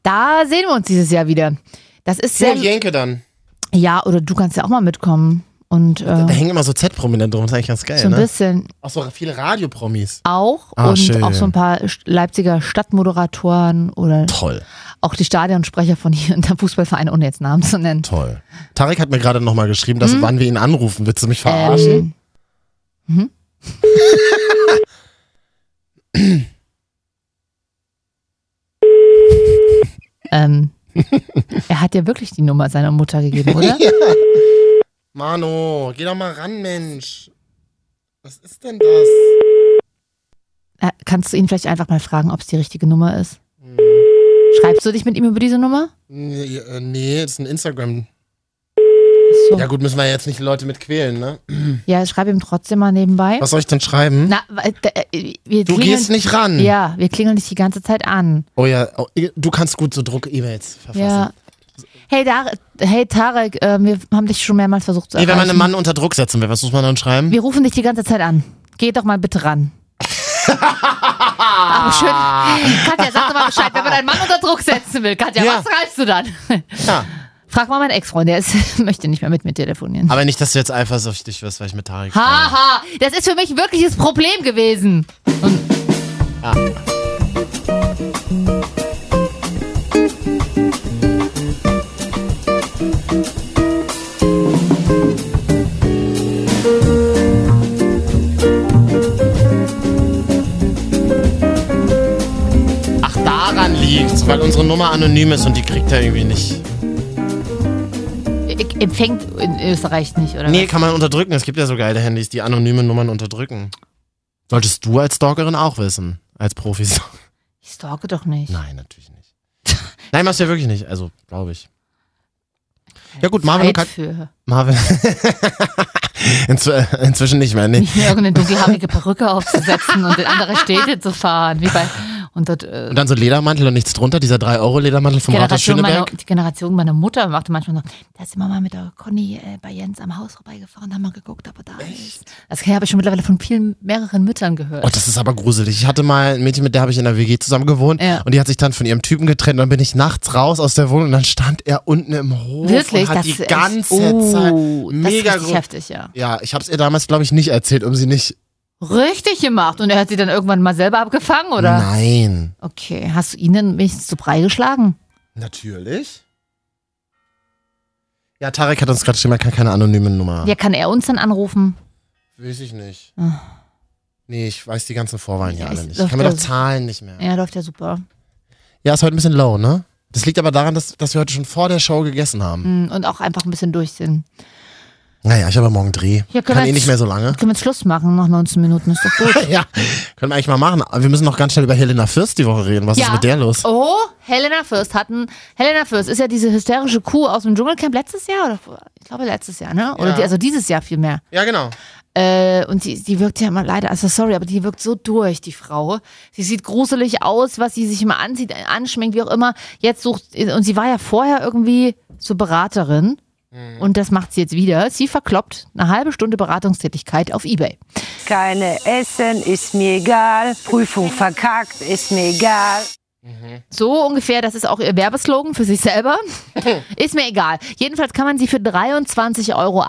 Da sehen wir uns dieses Jahr wieder. Das ist Nur sehr. Jenke dann. Ja, oder du kannst ja auch mal mitkommen. Und Da äh, hängen immer so Z-Prominente rum, das ist eigentlich ganz geil, so ein ne? bisschen Auch so viele Radiopromis. auch. Ah, und schön. auch so ein paar St- Leipziger Stadtmoderatoren oder Toll, auch die Stadionsprecher von hier und der Fußballvereine, ohne jetzt Namen zu nennen. toll. Tarek hat mir gerade nochmal geschrieben, dass wann wir ihn anrufen. Willst du mich verarschen? Hm? Ähm, Mhm. ähm, er hat ja wirklich die Nummer seiner Mutter gegeben, oder? Ja. Mano, geh doch mal ran, Mensch. Was ist denn das? Äh, Kannst du ihn vielleicht einfach mal fragen, ob es die richtige Nummer ist? Mhm. Schreibst du dich mit ihm über diese Nummer? Nee, äh, nee, das ist ein Instagram. So. Ja Ja, gut, müssen wir jetzt nicht die Leute mit quälen, ne? schreib ihm trotzdem mal nebenbei. Was soll ich denn schreiben? Na, wa- da- äh, wir du klingeln- gehst nicht ran. Ja, wir klingeln dich die ganze Zeit an. Oh ja, oh, du kannst gut so Druck-E-Mails verfassen. Ja. hey, Dar hey Tarek, äh, wir haben dich schon mehrmals versucht zu Nee, erreichen. wenn man einen Mann unter Druck setzen will, was muss man dann schreiben? Wir rufen dich die ganze Zeit an. Geh doch mal bitte ran. Aber schön. Katja, sag doch mal Bescheid, wenn man einen Mann unter Druck setzen will. Katja, Ja. was schreibst du dann? Ja. Frag mal meinen Ex-Freund, der ist, möchte nicht mehr mit mir telefonieren. Aber nicht, dass du jetzt eifersüchtig wirst, weil ich mit Tarek schreibe. Haha, das ist für mich ein wirkliches Problem gewesen. Ach, daran liegt's, weil unsere Nummer anonym ist und die kriegt er irgendwie nicht. Ich- Empfängt in Österreich nicht, oder? Nee, was? kann man unterdrücken. Es gibt ja so geile Handys, die anonyme Nummern unterdrücken. Solltest du als Stalkerin auch wissen. Als Profis. Ich stalke doch nicht. Nein, natürlich nicht. Nein, machst du ja wirklich nicht. Also, glaube ich. Ja gut, Marvin und Zeit Kat für Marvin. Inzw inzwischen nicht mehr. Nee. nicht mehr irgendeine dunkelhaarige Perücke aufzusetzen und in andere Städte zu fahren, wie bei und dort, äh, Und dann so Ledermantel und nichts drunter. Dieser 3-Euro-Ledermantel vom Rathaus Generation meiner, Schöneberg. die Generation meiner Mutter machte manchmal noch, da sind wir mal mit der Conny äh, bei Jens am Haus vorbeigefahren, haben mal geguckt, ob er da ist. Das habe ich schon mittlerweile von vielen, mehreren Müttern gehört. Oh, das ist aber gruselig. Ich hatte mal ein Mädchen, mit der habe ich in der WG zusammen gewohnt Ja. und die hat sich dann von ihrem Typen getrennt. Dann bin ich nachts raus aus der Wohnung und dann stand er unten im Hof Wirklich, und hat das die ist ganze Zeit oh, mega das ist richtig groß. heftig, ja. Ja, ich hab's ihr damals, glaube ich, nicht erzählt, um sie nicht. Richtig gemacht. Und er hat sie dann irgendwann mal selber abgefangen, oder? Nein. Okay. Hast du ihn denn wenigstens zu Brei geschlagen? Natürlich. Ja, Tarek hat uns gerade geschrieben, er kann keine anonyme Nummer. Ja, kann er uns dann anrufen? Weiß ich nicht. Ah. Nee, ich weiß die ganzen Vorwahlen hier Ja, alle es nicht. Ich läuft kann mir doch ja so- Zahlen nicht mehr. Ja. Ja, läuft ja super. ist heute ein bisschen low, ne? Das liegt aber daran, dass, dass wir heute schon vor der Show gegessen haben. Hm, Und auch einfach ein bisschen durch sind. Naja, ich habe morgen Dreh. Ja, können kann wir eh jetzt- nicht mehr so lange. Können wir jetzt Schluss machen nach 19 Minuten? Ist doch gut. ja, können wir eigentlich mal machen. Aber wir müssen noch ganz schnell über Helena Fürst die Woche reden. Was Ja. ist mit der los? Oh, Helena Fürst hatten. Helena Fürst ist ja diese hysterische Kuh aus dem Dschungelcamp letztes Jahr oder vor- ich glaube letztes Jahr, ne? Oder Ja. die, also dieses Jahr vielmehr. Ja, genau. Äh, und die, die wirkt ja immer leider, also sorry, aber die wirkt so durch, die Frau. Sie sieht gruselig aus, was sie sich immer anzieht, anschminkt, wie auch immer. Jetzt sucht, und sie war ja vorher irgendwie zur Beraterin. Und das macht sie jetzt wieder. Sie verkloppt eine halbe Stunde Beratungstätigkeit auf Ebay. Keine Essen, ist mir egal. Prüfung verkackt, ist mir egal. So ungefähr, das ist auch ihr Werbeslogan für sich selber. ist mir egal. Jedenfalls kann man sie für 23,80 Euro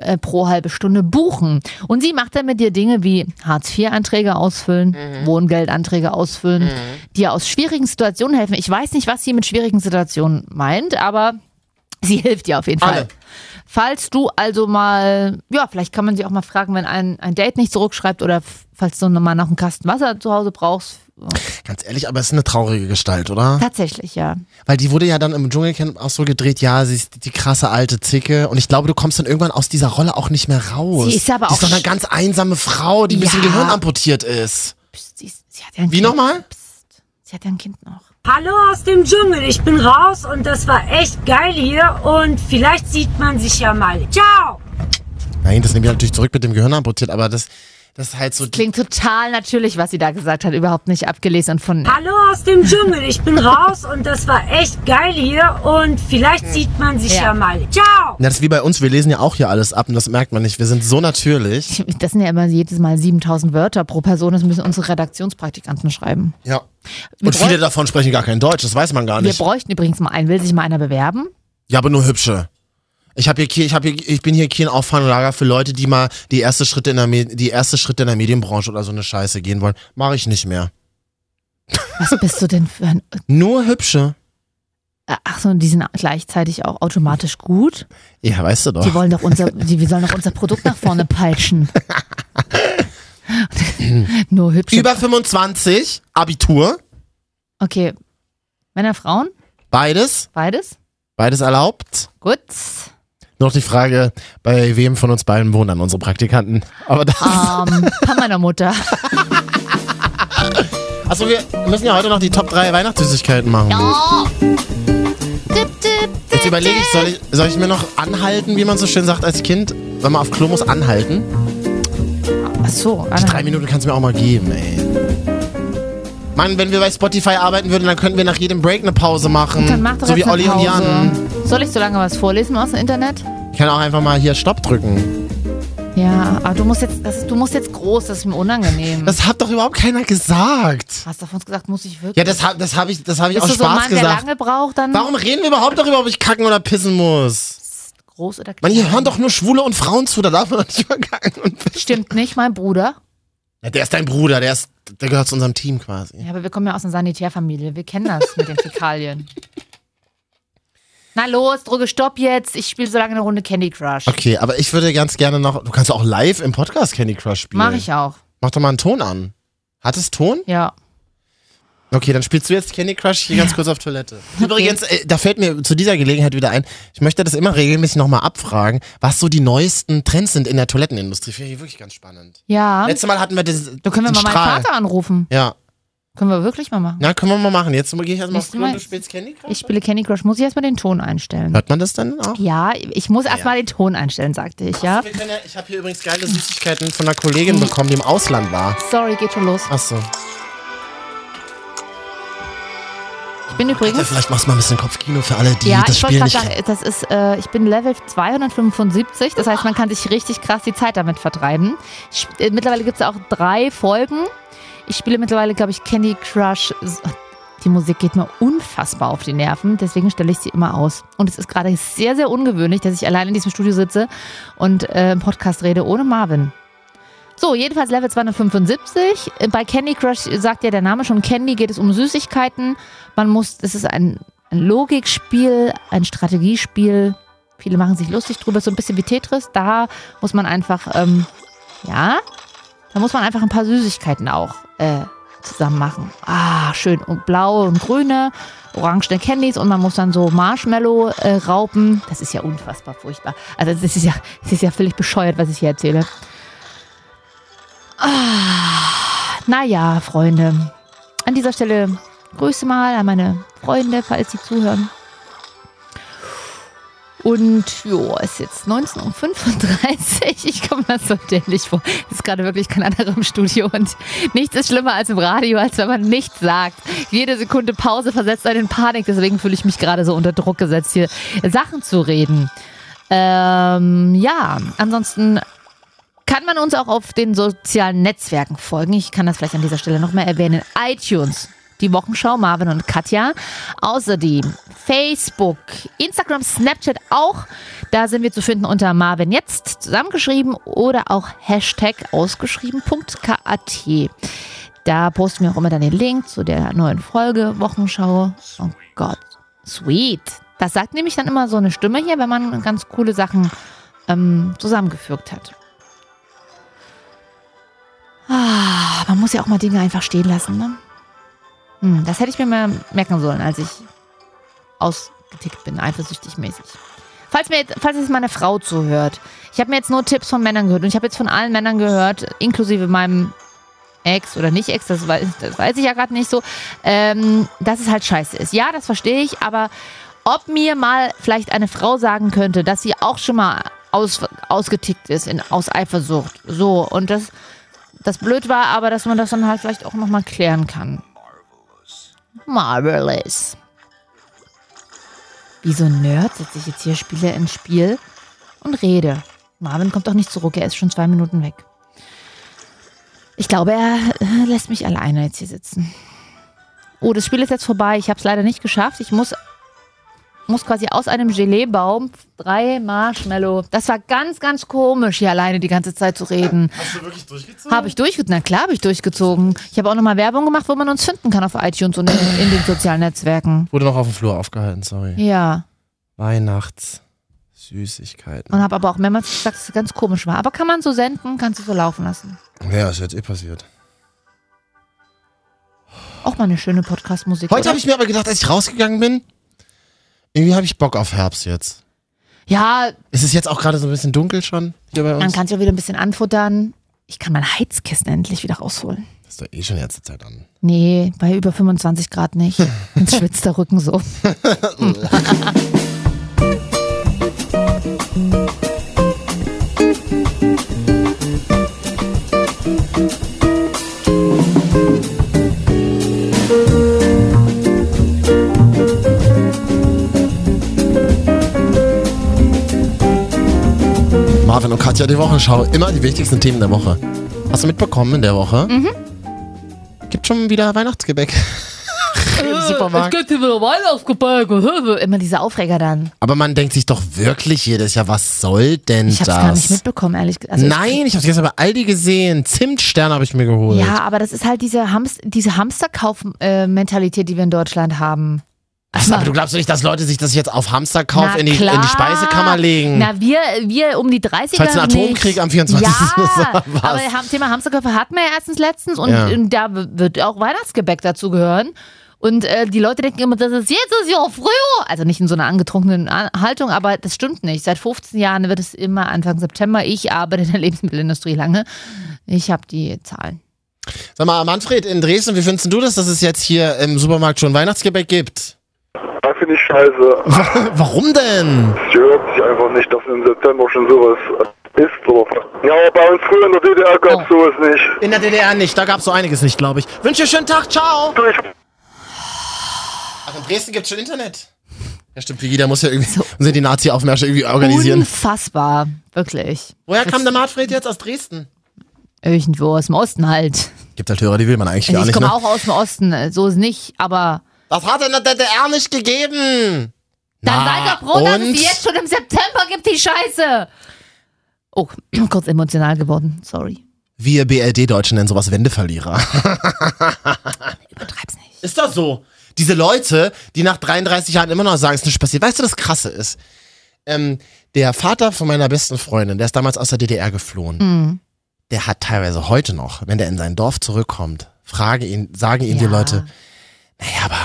äh, pro halbe Stunde buchen. Und sie macht dann mit dir Dinge wie Hartz-IV-Anträge ausfüllen, Wohngeldanträge ausfüllen, dir aus schwierigen Situationen helfen. Ich weiß nicht, was sie mit schwierigen Situationen meint, aber sie hilft dir auf jeden Alle. Fall. Falls du also mal, ja, vielleicht kann man sie auch mal fragen, wenn ein, ein Date nicht zurückschreibt oder f- falls du nochmal noch einen Kasten Wasser zu Hause brauchst. Ganz ehrlich, aber es ist eine traurige Gestalt, oder? Tatsächlich, ja. Weil die wurde ja dann im Dschungelcamp auch so gedreht, ja, sie ist die krasse alte Zicke. Und ich glaube, du kommst dann irgendwann aus dieser Rolle auch nicht mehr raus. Sie ist aber auch die ist doch eine sch- ganz einsame Frau, die ein bisschen Ja. Gehirn amputiert ist. Psst, sie, ist- sie hat ja ein Wie Kind. nochmal? Psst, sie hat ja ein Kind noch. Hallo aus dem Dschungel, ich bin raus und das war echt geil hier und vielleicht sieht man sich ja mal. Ciao! Nein, das nehme ich halt natürlich zurück mit dem Gehirn amputiert, aber das, das ist halt so. Klingt total natürlich, was sie da gesagt hat, überhaupt nicht abgelesen und von. Hallo aus dem Dschungel, ich bin raus und das war echt geil hier und vielleicht sieht man sich Ja. ja, mal. Ciao! Ja, das ist wie bei uns, wir lesen ja auch hier alles ab und das merkt man nicht. Wir sind so natürlich. Das sind ja immer jedes Mal 7000 Wörter pro Person, das müssen unsere Redaktionspraktikanten schreiben. Ja. Wir Und viele bräuch- davon sprechen gar kein Deutsch, das weiß man gar Wir nicht. bräuchten übrigens mal einen. Will sich mal einer bewerben? Ja, aber nur hübsche. Ich habe hier, Ke- ich hab hier, ich bin hier kein Auffanglager für Leute, die mal die erste Schritte in der, Me die erste Schritte in der Medienbranche oder so eine Scheiße gehen wollen. Mache ich nicht mehr. Was bist du denn für ein. Nur hübsche. Ach so, und die sind gleichzeitig auch automatisch gut. Ja, weißt du Die doch. wollen doch unser, die wir sollen doch unser Produkt nach vorne peitschen. Nur hübsch. Über 25, Abitur, Okay. Männer, Frauen, beides, beides. beides erlaubt. Gut. Noch die Frage, bei wem von uns beiden wohnen dann unsere Praktikanten? Aber das. Ähm, von meiner Mutter. Achso, wir müssen ja heute noch die Top 3 Weihnachtssüßigkeiten machen. Oh. Dip, dip, dip, Jetzt überlege ich soll, ich, soll ich mir noch anhalten, wie man so schön sagt als Kind? Wenn man auf Klo muss, anhalten. Ach so, Die drei Minuten kannst du mir auch mal geben, ey. Mann, wenn wir bei Spotify arbeiten würden, dann könnten wir nach jedem Break eine Pause machen. Dann mach doch so jetzt wie eine Olli Pause. und Jan. Soll ich so lange was vorlesen aus dem Internet? Ich kann auch einfach mal hier Stopp drücken. Ja, aber Ah, du musst jetzt, das ist, du musst jetzt groß, das ist mir unangenehm. Das hat doch überhaupt keiner gesagt. Hast du davon gesagt, muss ich wirklich? Ja, das, hab- das habe ich, das hab ich Bist aus du so ein Spaß Mann, der gesagt. lange braucht, dann Warum reden wir überhaupt darüber, ob ich kacken oder pissen muss? groß oder klein? Man, hier hören doch nur Schwule und Frauen zu, da darf man doch nicht mal kacken und pissen. Stimmt nicht, mein Bruder. Ja, der ist dein Bruder, der, ist, der gehört zu unserem Team quasi. Ja, aber wir kommen ja aus einer Sanitärfamilie. Wir kennen das mit den Fäkalien. Na los, drücke Stopp jetzt. Ich spiele so lange eine Runde Candy Crush. Okay, aber ich würde ganz gerne noch. Du kannst auch live im Podcast Candy Crush spielen. Mach ich auch. Mach doch mal einen Ton an. Hat es Ton? Ja. Okay, dann spielst du jetzt Candy Crush hier ganz kurz auf Toilette. Übrigens, äh, da fällt mir zu dieser Gelegenheit wieder ein, ich möchte das immer regelmäßig nochmal abfragen, was so die neuesten Trends sind in der Toilettenindustrie. Finde ich wirklich ganz spannend. Ja. Letztes Mal hatten wir das. da können wir mal den Strahl. meinen Vater anrufen. Ja. Können wir wirklich mal machen. Na, können wir mal machen. Jetzt gehe ich erstmal auf Nächstes Klo und Mal- du spielst Candy Crush. Ich spiele Candy Crush. Muss ich erstmal den Ton einstellen? Hört man das denn auch? Ja, ich muss erstmal den Ton einstellen, sagte ich, ja. Wir können ja, ich habe hier übrigens geile Süßigkeiten von einer Kollegin bekommen, die im Ausland war. Sorry, geht schon los. Achso. Ich bin übrigens. Vielleicht machst du mal ein bisschen Kopfkino für alle, die Ja, das ich wollte Spiel gerade nicht sagen, kennen. das ist, äh, ich bin Level 275, das heißt, man kann sich richtig krass die Zeit damit vertreiben. Ich, sp- äh, mittlerweile gibt es auch drei Folgen. Ich spiele mittlerweile, glaube ich, Candy Crush. S- Die Musik geht mir unfassbar auf die Nerven, deswegen stelle ich sie immer aus. Und es ist gerade sehr, sehr ungewöhnlich, dass ich allein in diesem Studio sitze und äh, im Podcast rede ohne Marvin. So, jedenfalls Level 275. Äh, Bei Candy Crush sagt ja der Name schon, Candy geht es um Süßigkeiten. Man muss, es ist ein, ein Logikspiel, ein Strategiespiel. Viele machen sich lustig drüber, so ein bisschen wie Tetris. Da muss man einfach, ähm, ja, da muss man einfach ein paar Süßigkeiten auch äh, zusammen machen. Ah, schön. Und blaue und grüne, orangene Candies und man muss dann so Marshmallow äh, raupen. Das ist ja unfassbar furchtbar. Also das ist ja, das ist ja völlig bescheuert, was ich hier erzähle. Naja, Freunde. An dieser Stelle Grüße mal an meine Freunde, falls sie zuhören. Und jo, ist jetzt 19.35 Uhr. Ich komme mir so dämlich vor. Es ist gerade wirklich kein anderer im Studio und nichts ist schlimmer als im Radio, als wenn man nichts sagt. Jede Sekunde Pause versetzt einen in Panik. Deswegen fühle ich mich gerade so unter Druck gesetzt, hier Sachen zu reden. Ähm, ja, ansonsten kann man uns auch auf den sozialen Netzwerken folgen. Ich kann das vielleicht an dieser Stelle nochmal erwähnen. iTunes, die Wochenschau, Marvin und Katja. Außerdem Facebook, Instagram, Snapchat auch. Da sind wir zu finden unter Marvin jetzt zusammengeschrieben oder auch Hashtag ausgeschrieben.kat. Da posten wir auch immer dann den Link zu der neuen Folge Wochenschau. Oh Gott, sweet. Das sagt nämlich dann immer so eine Stimme hier, wenn man ganz coole Sachen ähm, zusammengefügt hat. Ah, man muss ja auch mal Dinge einfach stehen lassen, ne? Hm, das hätte ich mir mal merken sollen, als ich ausgetickt bin, eifersüchtig mäßig. Falls, mir jetzt, falls jetzt meine Frau zuhört, ich habe mir jetzt nur Tipps von Männern gehört und ich habe jetzt von allen Männern gehört, inklusive meinem Ex oder nicht Ex, das weiß, das weiß ich ja gerade nicht so, ähm, dass es halt scheiße ist. Ja, das verstehe ich, aber ob mir mal vielleicht eine Frau sagen könnte, dass sie auch schon mal aus, ausgetickt ist in, aus Eifersucht. So, und das, das blöd war, aber dass man das dann halt vielleicht auch nochmal klären kann. Marvelous. Wie so ein Nerd sitze ich jetzt hier, spiele ein Spiel und rede. Marvin kommt auch nicht zurück, er ist schon zwei Minuten weg. Ich glaube, er äh, lässt mich alleine jetzt hier sitzen. Oh, das Spiel ist jetzt vorbei. Ich habe es leider nicht geschafft. Ich muss, muss quasi aus einem Geleebaum drei Marshmallow. Das war ganz, ganz komisch, hier alleine die ganze Zeit zu reden. Hast du wirklich durchgezogen? Habe ich durchgezogen? Na klar, habe ich durchgezogen. Ich habe auch nochmal Werbung gemacht, wo man uns finden kann auf iTunes und in, in den sozialen Netzwerken. Wurde noch auf dem Flur aufgehalten, sorry. Ja. Weihnachts. Süßigkeiten. Und habe aber auch mehrmals gesagt, dass es ganz komisch war. Aber kann man so senden, kannst du so laufen lassen. Ja, ist jetzt eh passiert. Auch mal eine schöne Podcast-Musik. Heute oder? habe ich mir aber gedacht, als ich rausgegangen bin, irgendwie habe ich Bock auf Herbst jetzt. Ja, Ist es jetzt auch gerade so ein bisschen dunkel schon hier bei dann uns? kannst du auch wieder ein bisschen anfuttern. Ich kann mein Heizkissen endlich wieder rausholen. Das ist doch eh schon die ganze Zeit an. Nee, bei über 25 Grad nicht. Jetzt schwitzt der Rücken so. Morgen und Katja die Wochenschau. Immer die wichtigsten Themen der Woche. Hast du mitbekommen in der Woche? Mhm. Gibt schon wieder Weihnachtsgebäck. Im Supermarkt. gibt hier wieder Weihnachtsgebäck. Immer diese Aufreger dann. Aber man denkt sich doch wirklich jedes Jahr, was soll denn Ich hab's das? gar nicht mitbekommen, ehrlich gesagt. Also, Nein, ich hab's gestern bei Aldi gesehen. Zimtstern habe ich mir geholt. Ja, aber das ist halt diese, Hamst diese Hamsterkauf-Mentalität, die wir in Deutschland haben. Ach, aber du glaubst doch nicht, dass Leute sich das jetzt auf Hamsterkauf Na in die, in klar. die Speisekammer legen? Na, wir, wir um die 30er. Falls ein nicht. Atomkrieg am 24. Ja, war, aber was? haben- Thema Hamsterköpfe hatten wir ja erstens letztens und, Ja. und da w- wird auch Weihnachtsgebäck dazu gehören. Und äh, die Leute denken immer, das ist jetzt das Jahr früher. Also nicht in so einer angetrunkenen A- Haltung, aber das stimmt nicht. Seit 15 Jahren wird es immer Anfang September. Ich arbeite in der Lebensmittelindustrie lange. Ich habe die Zahlen. Sag mal, Manfred, in Dresden, wie findest du das, dass es jetzt hier im Supermarkt schon Weihnachtsgebäck gibt? Da finde ich scheiße. Warum denn? Es gehört sich einfach nicht, dass im September schon sowas ist. Drauf. Ja, aber bei uns früher in der DDR gab es sowas nicht. In der DDR nicht, da gab's so einiges nicht, glaube ich. Wünsche dir schönen Tag, ciao! Du, Ich Ach, in Dresden gibt's schon Internet. Ja, stimmt, Piggy, da muss ja irgendwie, müssen die Nazi-Aufmärsche irgendwie organisieren. Unfassbar, wirklich. Woher kam der Manfred jetzt aus Dresden? Irgendwo aus dem Osten halt. Also Gibt halt Hörer, die will man eigentlich gar ich nicht, komme ne? auch aus dem Osten, äh, so ist nicht, aber Das hat in der DDR nicht gegeben! Dann Na, seid doch froh, dass es und? die jetzt schon im September gibt, die Scheiße. Oh, kurz emotional geworden, sorry. Wir BLD-Deutschen nennen sowas Wendeverlierer. Übertreib's nicht. Ist das so? Diese Leute, die nach 33 Jahren immer noch sagen, es ist nicht passiert. Weißt du, das Krasse ist? Ähm, der Vater von meiner besten Freundin, der ist damals aus der DDR geflohen. Hm. Der hat teilweise heute noch, wenn der in sein Dorf zurückkommt, frage ihn, sagen ihm die Ja. Leute, naja, aber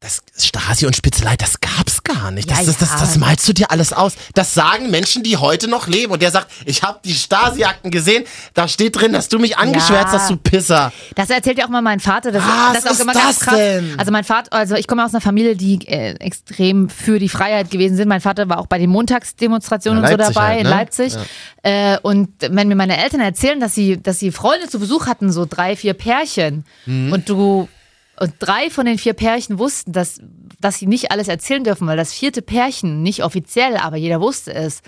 das, das Stasi und Spitzelei, das gab's gar nicht. Das, Ja, das, das, ja. das malst du dir alles aus. Das sagen Menschen, die heute noch leben. Und der sagt, ich habe die Stasi-Akten gesehen, da steht drin, dass du mich angeschwärzt Ja. hast, du Pisser. Das erzählt ja auch mal mein Vater. Das, Was das ist auch ist immer ganz das krass. denn? Also mein Vater, also ich komme aus einer Familie, die äh, extrem für die Freiheit gewesen sind. Mein Vater war auch bei den Montagsdemonstrationen Ja, und so Leipzig dabei halt, in ne? Leipzig. Äh, und wenn mir meine Eltern erzählen, dass sie, dass sie Freunde zu Besuch hatten, so drei, vier Pärchen, Mhm. und du und drei von den vier Pärchen wussten, dass, dass sie nicht alles erzählen dürfen, weil das vierte Pärchen nicht offiziell, aber jeder wusste es.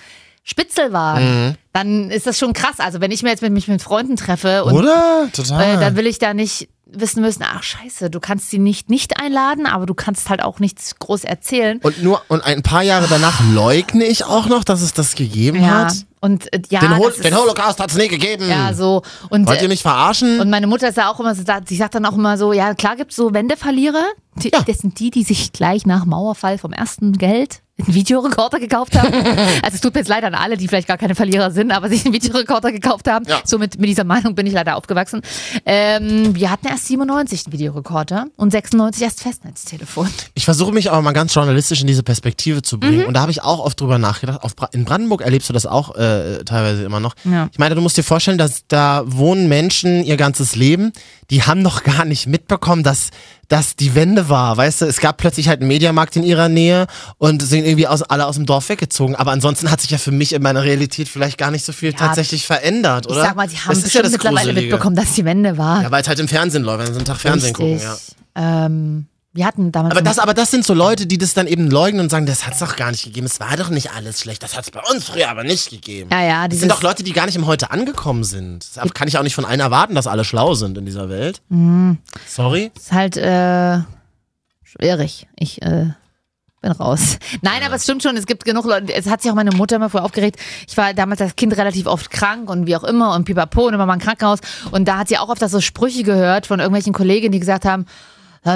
Spitzel waren, Mhm. dann ist das schon krass. Also wenn ich mir jetzt mit mich mit Freunden treffe und Oder? Total. äh, dann will ich da nicht wissen müssen, ach scheiße, du kannst sie nicht nicht einladen, aber du kannst halt auch nichts groß erzählen. Und nur und ein paar Jahre danach leugne ich auch noch, dass es das gegeben ja, hat. und äh, ja, Den, Hol das den Holocaust hat es nie gegeben. ja so und Wollt äh, ihr mich verarschen? und meine Mutter ist ja auch immer so, da- sie sagt dann auch immer so, ja klar gibt's so Wendeverlierer, die, das sind die, die sich gleich nach Mauerfall vom ersten Geld einen Videorekorder gekauft haben. also es tut mir jetzt leid an alle, die vielleicht gar keine Verlierer sind, aber sich einen Videorekorder gekauft haben. Ja. So mit, mit dieser Meinung bin ich leider aufgewachsen. Ähm, wir hatten erst 97 einen Videorekorder und 96 erst Festnetztelefon. Ich versuche mich aber mal ganz journalistisch in diese Perspektive zu Mhm. bringen. Und da habe ich auch oft drüber nachgedacht. Auf Bra in Brandenburg erlebst du das auch äh, teilweise immer noch. Ja. Ich meine, du musst dir vorstellen, dass da wohnen Menschen ihr ganzes Leben, die haben noch gar nicht mitbekommen, dass dass die Wende war, weißt du, es gab plötzlich halt einen Mediamarkt in ihrer Nähe und sind irgendwie aus, alle aus dem Dorf weggezogen. Aber ansonsten hat sich ja für mich in meiner Realität vielleicht gar nicht so viel tatsächlich verändert, oder? Ich sag mal, die haben das ist ja bestimmt das mittlerweile Gruselige. mitbekommen, dass die Wende war. Ja, weil es halt im Fernsehen läuft, wenn sie einen Tag Fernsehen gucken, ja. Ähm, wir hatten damals. Aber das, aber das sind so Leute, die das dann eben leugnen und sagen, das hat's doch gar nicht gegeben. Es war doch nicht alles schlecht. Das hat's bei uns früher aber nicht gegeben. ja, ja, das dieses, sind doch Leute, die gar nicht im Heute angekommen sind. Das kann ich auch nicht von allen erwarten, dass alle schlau sind in dieser Welt. Mhm. Sorry. ist halt äh, schwierig. Ich äh, bin raus. Nein, aber es stimmt schon, es gibt genug Leute. Es hat sich auch meine Mutter immer vorher aufgeregt. Ich war damals als Kind relativ oft krank und wie auch immer und pipapo und immer mal im Krankenhaus. Und da hat sie auch oft so Sprüche gehört von irgendwelchen Kollegen, die gesagt haben, "Äh,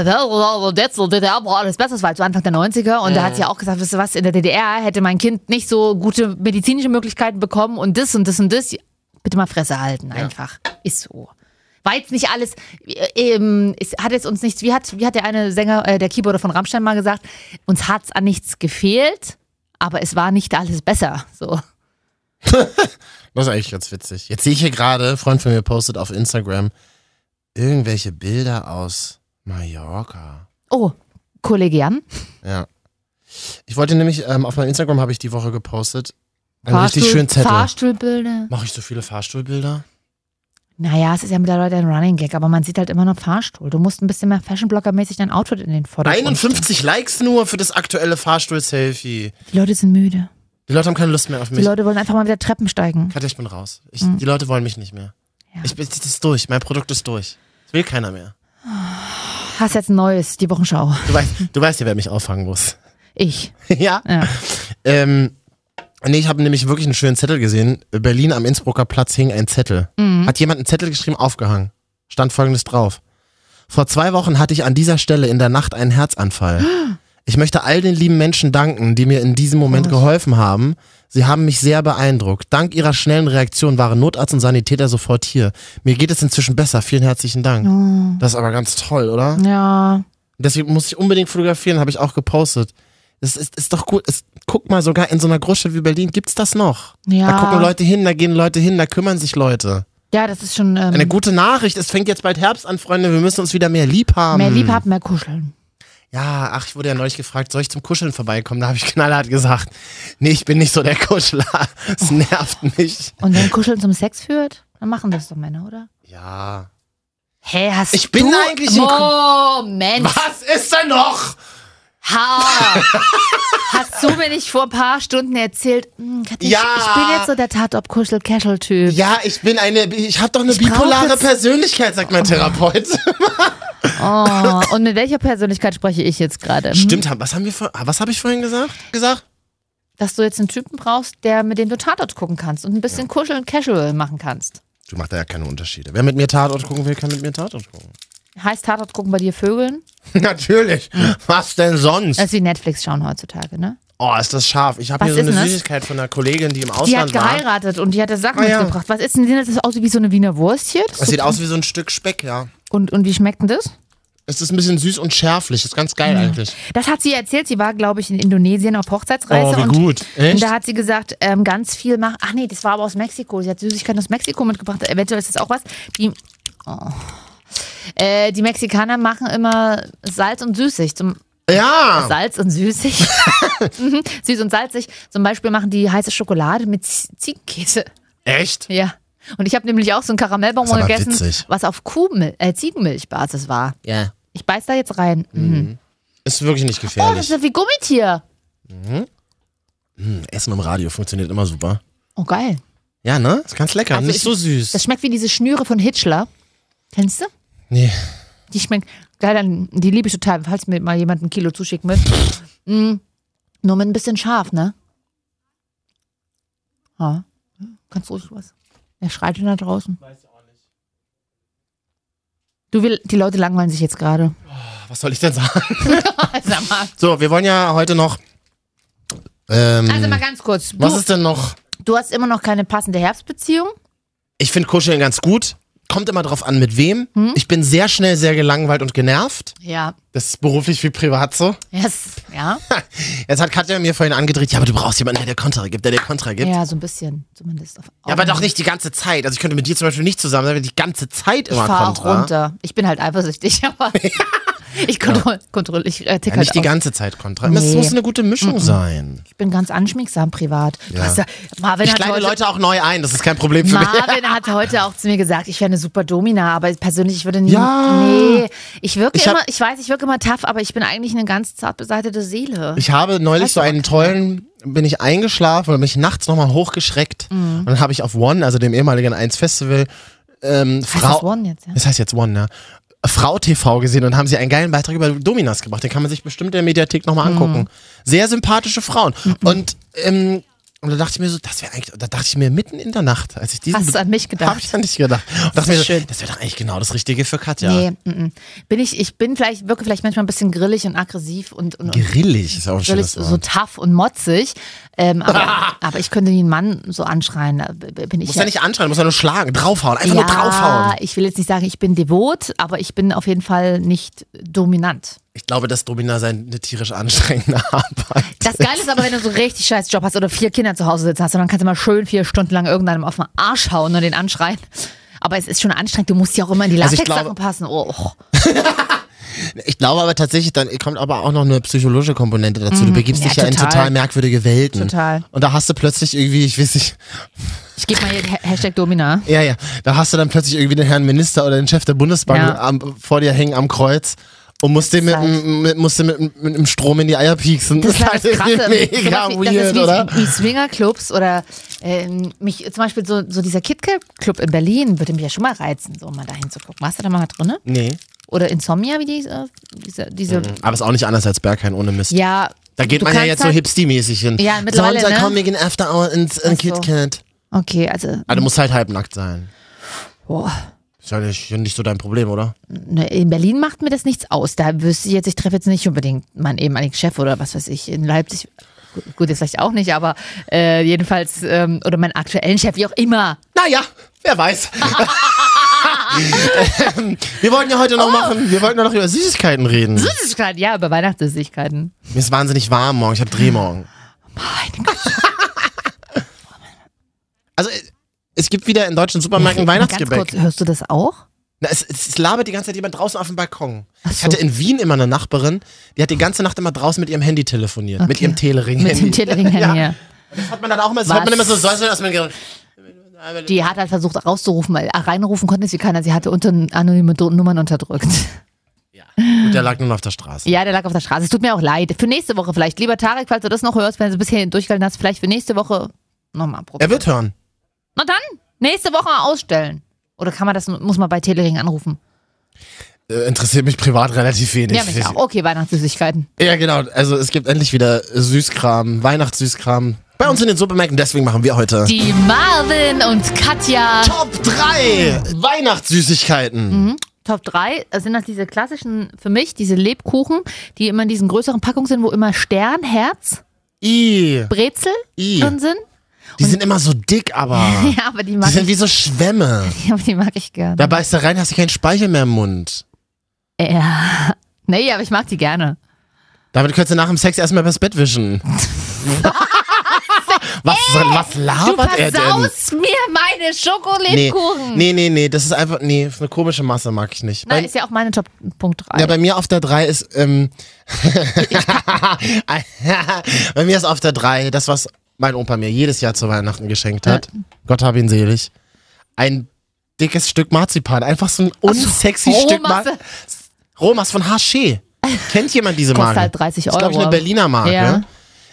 Jetzt so DDR braucht alles besser, das war halt so Anfang der 90er und da hat sie auch gesagt, wisst ihr was, in der DDR hätte mein Kind nicht so gute medizinische Möglichkeiten bekommen und das und das und das. Bitte mal Fresse halten, einfach. Ist so. War jetzt nicht alles, äh, ähm, es hat jetzt uns nichts, wie hat, wie hat der eine Sänger, äh, der Keyboarder von Rammstein mal gesagt, uns hat's an nichts gefehlt, aber es war nicht alles besser. So. Das ist eigentlich ganz witzig. Jetzt sehe ich hier gerade, ein Freund von mir postet auf Instagram irgendwelche Bilder aus Mallorca. Oh, Kollege Jan, Ja. Ich wollte nämlich, ähm, auf meinem Instagram habe ich die Woche gepostet, einen richtig Fahrstuhl- schönen Zettel. Fahrstuhlbilder. Mache ich so viele Fahrstuhlbilder? Naja, es ist ja mittlerweile ein Running Gag, aber man sieht halt immer noch Fahrstuhl. Du musst ein bisschen mehr Fashionblocker-mäßig dein Outfit in den Vordergrund stellen. 51 Likes nur für das aktuelle Fahrstuhl-Selfie. Die Leute sind müde. Die Leute haben keine Lust mehr auf Die mich. Leute wollen einfach mal wieder Treppen steigen. Katja, ich bin raus. Ich, Die Leute wollen mich nicht mehr. Ja. Ich bin, das ist durch. Mein Produkt ist durch. Das will keiner mehr. Hast jetzt ein neues, die Wochenschau. Du weißt, du weißt ja, wer mich auffangen muss. Ich. ja. Ja. Ähm, nee, ich habe nämlich wirklich einen schönen Zettel gesehen. Berlin am Innsbrucker Platz hing ein Zettel. Mhm. Hat jemand einen Zettel geschrieben, aufgehangen. Stand folgendes drauf. Vor zwei Wochen hatte ich an dieser Stelle in der Nacht einen Herzanfall. Ich möchte all den lieben Menschen danken, die mir in diesem Oh. Moment geholfen haben. Sie haben mich sehr beeindruckt. Dank ihrer schnellen Reaktion waren Notarzt und Sanitäter sofort hier. Mir geht es inzwischen besser. Vielen herzlichen Dank. Das ist aber ganz toll, oder? Oh. Ja. Deswegen muss ich unbedingt fotografieren, habe ich auch gepostet. Es ist, ist doch gut. Es, guck mal, sogar in so einer Großstadt wie Berlin gibt's das noch. Ja. Da gucken Leute hin, da gehen Leute hin, da kümmern sich Leute. Ja, das ist schon ähm, Eine gute Nachricht. Es fängt jetzt bald Herbst an, Freunde. Wir müssen uns wieder mehr lieb haben. mehr Liebhaben, mehr Kuscheln. Ja, ach, ich wurde ja neulich gefragt, soll ich zum Kuscheln vorbeikommen? Da habe ich knallhart gesagt, nee, ich bin nicht so der Kuschler. Oh. Es nervt mich. Und wenn Kuscheln zum Sex führt, dann machen das doch Männer, oder? Ja. Hä, hast Ich bin du... eigentlich ein Moment. Was ist denn noch? Ha. hast du mir nicht vor ein paar Stunden erzählt, hm, Katja, Ja. ich, ich bin jetzt so der Tatort-Kuschel-Casual-Typ. Ja, ich bin eine, ich habe doch eine brauch bipolare jetzt- Mhm. Persönlichkeit, sagt mein Therapeut. Oh, und mit welcher Persönlichkeit spreche ich jetzt gerade? Hm? Stimmt, was haben wir vor, was habe ich vorhin gesagt? Gesagt? Dass du jetzt einen Typen brauchst, der mit dem du Tatort gucken kannst und ein bisschen Kuscheln Casual machen kannst. Du machst da ja keine Unterschiede. Wer mit mir Tatort gucken will, kann mit mir Tatort gucken. Heißt Tatort gucken bei dir Vögeln? Natürlich. Was denn sonst? Das ist wie Netflix schauen heutzutage, ne? Oh, ist das scharf. Ich habe Was hier so ist eine denn das? Süßigkeit von einer Kollegin, die im Die hat Ausland war. geheiratet und die hat das Sachen Ah, ja. Äh. mitgebracht. Was ist denn das? Das aus wie so eine Wiener Wurst hier? Das sieht aus wie so ein Stück Speck, ja. Und, und wie schmeckt denn das? Es ist ein bisschen süß und schärflich. Ist ganz Mhm. geil eigentlich. Das hat sie erzählt. Sie war, glaube ich, in Indonesien auf Hochzeitsreise. und Und Oh, Echt? da hat sie gesagt, ähm, ganz viel machen. Ach nee, das war aber aus Mexiko. Sie hat Süßigkeiten aus Mexiko mitgebracht. Eventuell ist das auch was. Die, oh. äh, die Mexikaner machen immer Salz und süßig. Zum ja. Salz und süßig. Mhm, Süß und salzig. Zum Beispiel machen die heiße Schokolade mit Z- Ziegenkäse. Echt? Ja. Und ich habe nämlich auch so einen Karamellbonbon Das ist aber gegessen, witzig. was auf Kuhmil äh, Ziegenmilchbasis war. Ja. Ich beiß da jetzt rein. Mhm. Ist wirklich nicht Oh, das ist gefährlich. ja wie Gummitier. Essen im Radio funktioniert immer super. Oh, geil. Ja, ne? Ist ganz lecker. Also nicht ich- so süß. Das schmeckt wie diese Schnüre von Hitchler. Kennst du? nee. Die schmeckt geil, dann, die liebe ich total, falls mir mal jemand ein Kilo zuschicken will. mm, nur mit ein bisschen scharf, ne? Ja. Kannst ruhig was. Er schreit schon da draußen. Du will, die Leute langweilen sich jetzt gerade. Was soll ich denn sagen? Also Sag mal. So, wir wollen ja heute noch. Ähm, Also mal ganz kurz. Du, was ist denn noch? du hast immer noch keine passende Herbstbeziehung. Ich finde Kuscheln ganz gut. Kommt immer drauf an, mit wem. Hm? Ich bin sehr schnell sehr gelangweilt und genervt. Ja. Das ist beruflich wie privat so. Yes. Ja. Jetzt hat Katja mir vorhin angedreht, ja, aber du brauchst jemanden, der dir Kontra gibt, der dir Kontra gibt. Ja, ja, so ein bisschen. Zumindest. Auf aber doch nicht die ganze Zeit. Also ich könnte mit dir zum Beispiel nicht zusammen sein, weil die ganze Zeit Ich immer fahre auch Kontra. runter. Ich bin halt eifersüchtig, aber ich kontrolliere. Kontroll, ich äh, tick Ja, halt nicht die auf. ganze Zeit Kontra. Es Nee. muss eine gute Mischung sein. Ich bin ganz anschmiegsam privat. Du hast ja, Marvin, Ich hat kleide heute, Leute auch neu ein, das ist kein Problem für mich. Marvin hat heute auch zu mir gesagt, ich wäre eine super Domina, aber persönlich, ich würde nie. Ja. Nee, ich wirke Ich hab- immer, ich weiß, ich wirke immer tough, aber ich bin eigentlich eine ganz zart beseitete Seele. Ich habe neulich Hast so du einen tollen, bin ich eingeschlafen oder mich nachts nochmal hochgeschreckt. Mhm. Und dann habe ich auf One, also dem ehemaligen 1 Festival, ähm, heißt Frau. das One jetzt, ja? Das heißt jetzt One, ja. Frau TV gesehen und haben sie einen geilen Beitrag über Dominas gebracht. Den kann man sich bestimmt in der Mediathek nochmal Mhm. angucken. Sehr sympathische Frauen. Und, ähm, und da dachte ich mir so, das wäre eigentlich, da dachte ich mir mitten in der Nacht, als ich diesen. Hast du an mich gedacht? Habe ich an dich gedacht. Und dachte mir so, schön. das wäre doch eigentlich genau das Richtige für Katja. Nee, mm, mm. bin ich, ich bin vielleicht, wirke vielleicht manchmal ein bisschen grillig und aggressiv und, und, und Grillig ist auch ein grillig, schönes so Wort. tough und motzig. Ähm, aber, aber ich könnte nie einen Mann so anschreien, da b- bin ich Muss ja nicht anschreien, muss ja nur schlagen, draufhauen, einfach ja, nur draufhauen. ich will jetzt nicht sagen, ich bin devot, aber ich bin auf jeden Fall nicht dominant. Ich glaube, dass Domina sein eine tierisch anstrengende Arbeit. Das Geile ist aber, wenn du so richtig scheiß Job hast oder vier Kinder zu Hause sitzen hast, und dann kannst du mal schön vier Stunden lang irgendeinem auf den Arsch hauen und den anschreien. Aber es ist schon anstrengend, du musst ja auch immer in die Also ich Latexsachen glaube- passen. Oh, och. Ich glaube aber tatsächlich, dann kommt aber auch noch eine psychologische Komponente dazu. du begibst Mhm. ja, dich ja in total. total merkwürdige Welten. Total. Und da hast du plötzlich irgendwie, ich weiß nicht, Ich gebe mal hier Ha- Hashtag Domina. ja, ja, da hast du dann plötzlich irgendwie den Herrn Minister oder den Chef der Bundesbank Ja. halt am, vor dir hängen am Kreuz. und musste mit, dem- mit, musste mit, mit, mit dem Strom in die Eier pieksen. Das ist halt das Krasse. mega Sowas wie- das weird, ist wie, oder? Wie Swingerclubs oder ähm, mich zum Beispiel so, so dieser KitKat-Club in Berlin würde mich ja schon mal reizen, so mal dahin zu gucken. Warst du da mal drin? Nee. Oder Insomnia, wie die, äh, diese, diese Aber ist auch nicht anders als Berghain ohne Mist. ja. Da geht du man ja kannst jetzt so halt, hipsty-mäßig hin. Ja, mittlerweile, Sonntag ne? komm, wir gehen after hour ins in Ach so. Kit Kat. Okay, also, Ah, du musst halt halbnackt sein. boah. Ist ja nicht, nicht so dein Problem, oder? Ne, In Berlin macht mir das nichts aus. Da wüsste ich jetzt, ich treffe jetzt nicht unbedingt meinen ehemaligen Chef oder was weiß ich. In Leipzig, gu- gut, jetzt vielleicht auch nicht, aber äh, jedenfalls, ähm, oder meinen aktuellen Chef, wie auch immer. Naja, wer weiß. Ähm, wir wollten ja heute noch machen, wir wollten ja noch über Süßigkeiten reden. Mir Süßigkeiten, ja, über Weihnachtssüßigkeiten. ist wahnsinnig warm morgen, ich habe Drehmorgen. Mein Gott, Also, äh, es gibt wieder in deutschen Supermärkten Ganz Weihnachtsgebäck. kurz, hörst du das auch? Na, es, es labert die ganze Zeit jemand draußen auf dem Balkon. Ach Ich so. hatte in Wien immer eine Nachbarin, die hat die ganze Nacht immer draußen mit ihrem Handy telefoniert. Mit Okay. ihrem Telering. Mit dem Telering Ja. ja. Das hat man dann auch immer, das Was? hat man immer so, so dass man gesagt, Die hat halt versucht rauszurufen, weil ah, reinrufen konnte sie keiner. Sie hatte unter anonyme Do- Nummern unterdrückt. gut, der lag nun auf der Straße. Ja, der lag auf der Straße. Es tut mir auch leid. Für nächste Woche vielleicht. Lieber Tarek, falls du das noch hörst, wenn du bisher durchgehalten hast, vielleicht für nächste Woche nochmal probieren. Er wird hören. Na dann, nächste Woche ausstellen. Oder kann man das, muss man bei Telering anrufen? Äh, interessiert mich privat relativ wenig. ja, mich auch. Okay, Weihnachtssüßigkeiten. Ja, genau. Also es gibt endlich wieder Süßkram, Weihnachtssüßkram. Bei uns in den Supermärkten, deswegen machen wir heute Die Marvin und Katja. Top 3 Weihnachtssüßigkeiten. Top 3 sind das diese klassischen, für mich, diese Lebkuchen, die immer in diesen größeren Packungen sind, wo immer Stern, Herz, I, Brezel I. drin sind. Die sind immer so dick, aber Ja, aber die die mag, sind ich, wie so Schwämme. aber die mag ich gerne. Da beißt du rein, hast du keinen Speichel mehr im Mund. Ja. Nee, aber ich mag die gerne. Damit könntest du nach dem Sex erstmal übers Bett wischen. was, was Du labert er denn? versaust mir meine Nee, Schokoledkuchen. nee, nee, nee, das ist einfach, nee, ist eine komische Masse, mag ich nicht. Nein, Bei- ist ja auch meine Top Punkt 3. Ja, bei mir auf der 3 ist, ähm, bei mir ist auf der 3 das, was mein Opa mir jedes Jahr zu Weihnachten geschenkt hat. Gott hab ihn selig. Ein dickes Stück Marzipan. Einfach so ein unsexy Stück Rohmasse. Marzipan. Romas von Haché. Kennt jemand diese Kostet Marke? halt 30 Ist, glaube ich, Euro. eine Berliner Marke. Ja.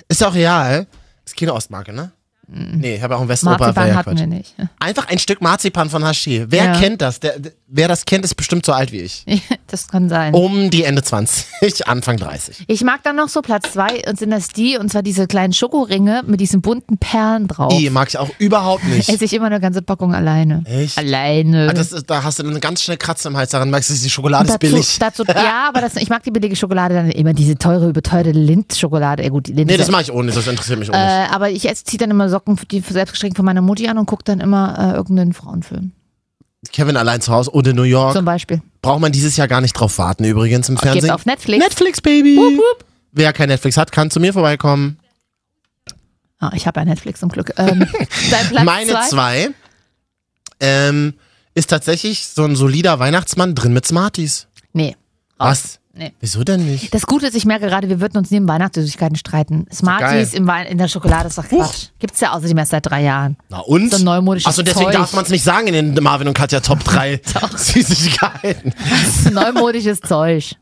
Ist auch real. Ist keine Ostmarke, ne? Nee, ich habe auch einen Westopa. war Mhm. Marzipan ja hatten Quatsch. wir nicht. Einfach ein Stück Marzipan von Haché. Wer Ja. kennt das? Der, der- wer das kennt, ist bestimmt so alt wie ich. Das kann sein. Um die Ende 20, Anfang 30. Ich mag dann noch so Platz 2 und sind das die, und zwar diese kleinen Schokoringe mit diesen bunten Perlen drauf. I, mag ich auch überhaupt nicht. Esse ich immer eine ganze Packung alleine. Echt? Alleine. Ah, das ist, da hast du dann ganz schnell Kratzer im Hals, daran merkst du, die Schokolade dazu, ist billig. Dazu, ja, aber das, ich mag die billige Schokolade dann immer, diese teure, überteuerte Lindt-Schokolade. Ja, gut, die Lindt Nee, ist das ja- mache ich ohne, das interessiert mich auch nicht. äh, aber ich esse- zieh dann immer Socken, die selbst gestrickt von meiner Mutti an und gucke dann immer äh, irgendeinen Frauenfilm. Kevin allein zu Hause oder New York. Äh. Zum Beispiel. Braucht man dieses Jahr gar nicht drauf warten, übrigens im Geht's Fernsehen. auf Netflix. Netflix, Baby! Wer kein Netflix hat, kann zu mir vorbeikommen. Ah, ich habe ja Netflix zum Glück. Ähm, dein Platz Meine zwei? zwei ähm, ist tatsächlich so ein solider Weihnachtsmann drin mit Smarties. Nee. Was? Nee. Wieso denn nicht? Das Gute ist, ich merke gerade, wir würden uns neben Weihnachtssüßigkeiten streiten. Smarties Geil. im Wein, in der Schokolade ist doch Quatsch. Gibt's ja außerdem erst seit drei Jahren. Na und? So ein neumodisches Achso, deswegen Zeug. darf man es nicht sagen in den Marvin und Katja Top 3 Süßigkeiten. Neumodisches Zeug.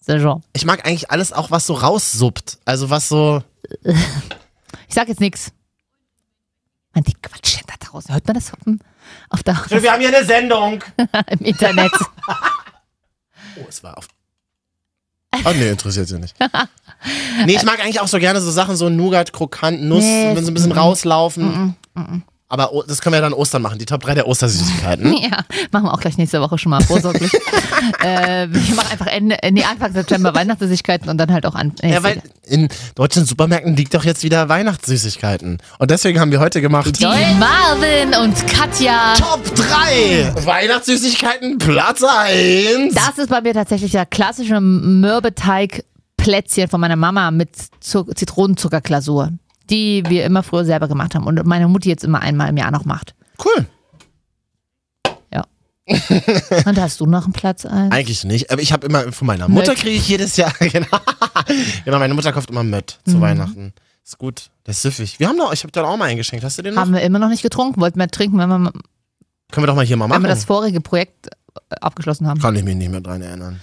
Sehr schon. Ich mag eigentlich alles auch, was so raussuppt. Also was so. Ich sag jetzt nichts. Man, die Quatsch da draußen. Hört man das Huppen? Auf der, Wir haben hier eine Sendung. Im Internet. Oh, es war auf. Oh nee, interessiert sie nicht. Nee, ich mag eigentlich auch so gerne so Sachen, so Nougat, Krokant, Nuss, Nee, wenn sie ein bisschen rauslaufen. Aber o- das können wir ja dann Ostern machen, die Top 3 der Ostersüßigkeiten. ja, machen wir auch gleich nächste Woche schon mal vorsorglich. äh, ich mache einfach Ende, nee, Anfang September Weihnachtssüßigkeiten und dann halt auch an. Nee, Ja, ist weil egal. in deutschen Supermärkten liegt doch jetzt wieder Weihnachtssüßigkeiten. Und deswegen haben wir heute gemacht die Marvin und Katja. Top 3 Weihnachtssüßigkeiten Platz 1. Das ist bei mir tatsächlich der klassische Mürbeteig-Plätzchen von meiner Mama mit Zu- Zitronenzuckerglasur, die wir immer früher selber gemacht haben und meine Mutti jetzt immer einmal im Jahr noch macht. Cool. Und hast du noch einen Platz ein? Eigentlich nicht, aber ich habe immer von meiner Mutter Mött. kriege ich jedes Jahr genau. genau, meine Mutter kauft immer Mött Mhm. zu Weihnachten. Ist gut, der ist süffig. Wir haben noch, ich habe dir auch mal eingeschenkt. Hast du den noch? Haben wir immer noch nicht getrunken, wollten wir trinken, wenn wir, Können wir doch mal hier mal wenn machen. wir das vorige Projekt äh, abgeschlossen haben. Kann ich mich nicht mehr dran erinnern.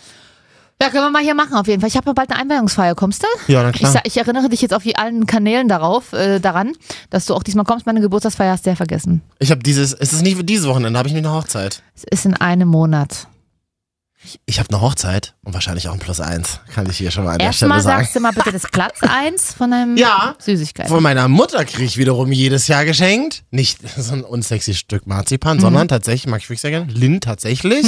Ja, können wir mal hier machen auf jeden Fall. Ich habe ja bald eine Einweihungsfeier. Kommst du? Ja, na Ich, klar. sa- ich erinnere dich jetzt auf je- allen Kanälen darauf, äh, daran, dass du auch diesmal kommst. Meine Geburtstagsfeier hast du ja vergessen. Ich habe dieses, es ist nicht für dieses Wochenende, habe ich nämlich eine Hochzeit. Es ist in einem Monat. Ich habe eine Hochzeit und wahrscheinlich auch ein Plus eins, kann ich hier schon mal an der Stelle Erstmal sagen. sagst du mal bitte das Platz 1 von deinem Ja. Süßigkeit. Von meiner Mutter kriege ich wiederum jedes Jahr geschenkt. Nicht so ein unsexy Stück Mhm. Marzipan, sondern tatsächlich, mag ich wirklich sehr gerne, Lind tatsächlich.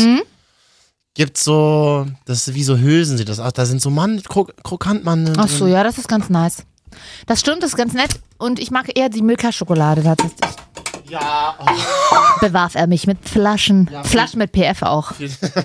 Gibt so, das ist wie so Hülsen, sieht das aus. Da sind so Mann, kro krokant Mandeln. Ach so, drin. ja, das ist ganz nice. Das stimmt, das ist ganz nett. Und ich mag eher die Milka-Schokolade tatsächlich. Ja, oh, Bewarf er mich mit Flaschen. Flaschen mit PF auch.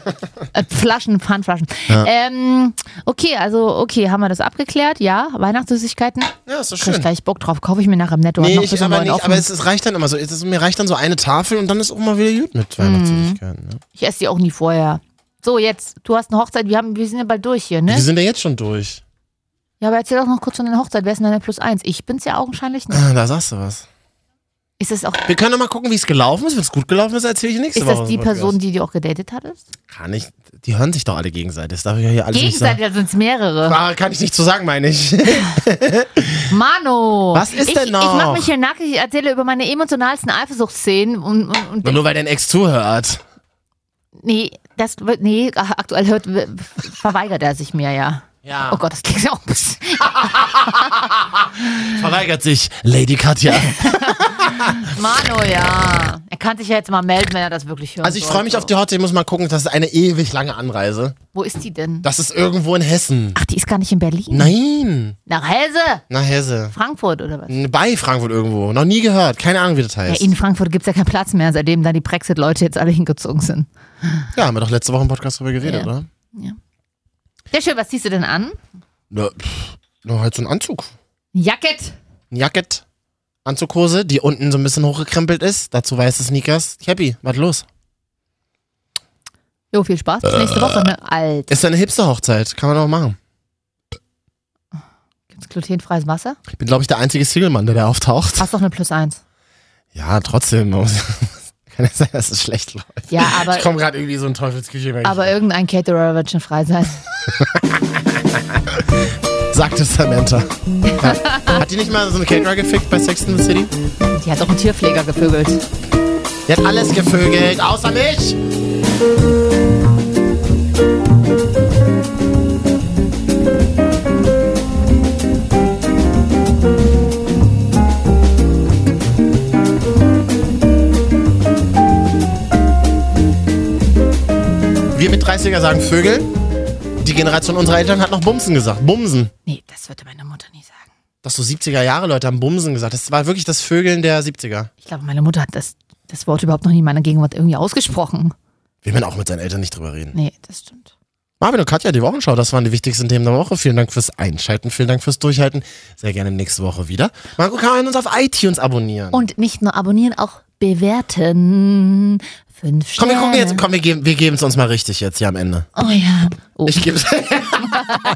äh, Flaschen, Pfandflaschen. Ähm, okay, also okay, haben wir das abgeklärt? Ja, Weihnachtssüßigkeiten. ja, ist doch Krieg ich schön. gleich Bock drauf. Kaufe ich mir nachher im Netto. Hat Nee, noch bis ich um aber neun nicht, offen. aber es, es reicht dann immer so. Es, ist- mir reicht dann so eine Tafel und dann ist auch mal wieder gut mit Mhm. Weihnachtssüßigkeiten. Ne? ich esse die auch nie vorher. So, jetzt, du hast eine Hochzeit, wir, haben, wir sind ja bald durch hier, Wir ne? sind ja jetzt schon durch. Ja, aber erzähl doch noch kurz von deiner Hochzeit. Wer ist denn deine Plus eins? Ich bin's ja augenscheinlich nicht. Ah, da sagst du was. Ist es auch, Wir können doch mal gucken, wie es gelaufen ist. Wenn es gut gelaufen ist, erzähle ich nächste ist Woche. das die im Podcast. Person, die du auch gedatet hattest? Kann ich, die hören sich doch alle gegenseitig. Das darf ich ja hier alles nicht Gegenseitig, da sind's mehrere. sagen. Ah, kann ich nicht zu sagen, meine ich. Mano! Was ist ich, denn noch? Ich mach mich hier nackig, ich erzähle über meine emotionalsten Eifersuchtsszenen und, und, und Nur weil dein Ex zuhört. nee, das wird, nee, aktuell hört, verweigert er sich mir ja. ja. Ah. Oh Gott, das klingt ja auch ein bisschen. Verweigert sich Lady Katja. Mano, ja. Er kann sich ja jetzt mal melden, wenn er das wirklich hört. Also ich freue mich auf die Hotte, ich muss mal gucken, das ist eine ewig lange Anreise. Wo ist die denn? Das ist irgendwo in Hessen. Ach, die ist gar nicht in Berlin. Nein, Nach Hesse? nach Hesse. Frankfurt oder was? Bei Frankfurt irgendwo. Noch nie gehört. Keine Ahnung, wie das Ja, heißt. in Frankfurt gibt's ja keinen Platz mehr, seitdem da die Brexit-Leute jetzt alle hingezogen sind. Ja, haben wir doch letzte Woche im Podcast drüber geredet, Ja. oder? Sehr schön, was ziehst du denn an? Na, pff, nur halt so ein Anzug. Jacket. Ein Jacket, Anzughose, die unten so ein bisschen hochgekrempelt ist. Dazu weiße Sneakers. Happy, was los? Jo, viel Spaß. Äh. Bis nächste Woche, ne? Alt. Ist ja eine Hipster-Hochzeit, kann man doch machen. Gibt's glutenfreies Wasser? Ich bin, glaube ich, der einzige Single-Mann, der da auftaucht. Hast doch eine Plus eins. Ja, trotzdem. man muss- Kann ja sein, dass es schlecht läuft. Ja, aber, Ich komme gerade irgendwie so in Teufelsküche. wenn ich- aber irgendein Caterer wird schon frei sein. Sagt es Samantha. Ja. Hat die nicht mal so eine Caterer gefickt bei Sex in the City? Die hat auch einen Tierpfleger gevögelt. Die hat alles gevögelt, außer mich. Wir mit 30er sagen Vögel. Die Generation unserer Eltern hat noch Bumsen gesagt. Bumsen. Nee, das würde meine Mutter nie sagen. Das so 70er Jahre Leute haben Bumsen gesagt. Das war wirklich das Vögeln der 70er. Ich glaube, meine Mutter hat das, das Wort überhaupt noch nie in meiner Gegenwart irgendwie ausgesprochen. Will man auch mit seinen Eltern nicht drüber reden. Nee, das stimmt. Marvin und Katja, die Wochenschau, das waren die wichtigsten Themen der Woche. Vielen Dank fürs Einschalten, vielen Dank fürs Durchhalten. Sehr gerne nächste Woche wieder. Marco kann uns auf iTunes abonnieren. Und nicht nur abonnieren, auch bewerten. Fünf komm, Sterne. wir gucken jetzt, komm, wir geben wir geben's uns mal richtig jetzt hier am Ende. Oh ja. Oh. Ich geb's.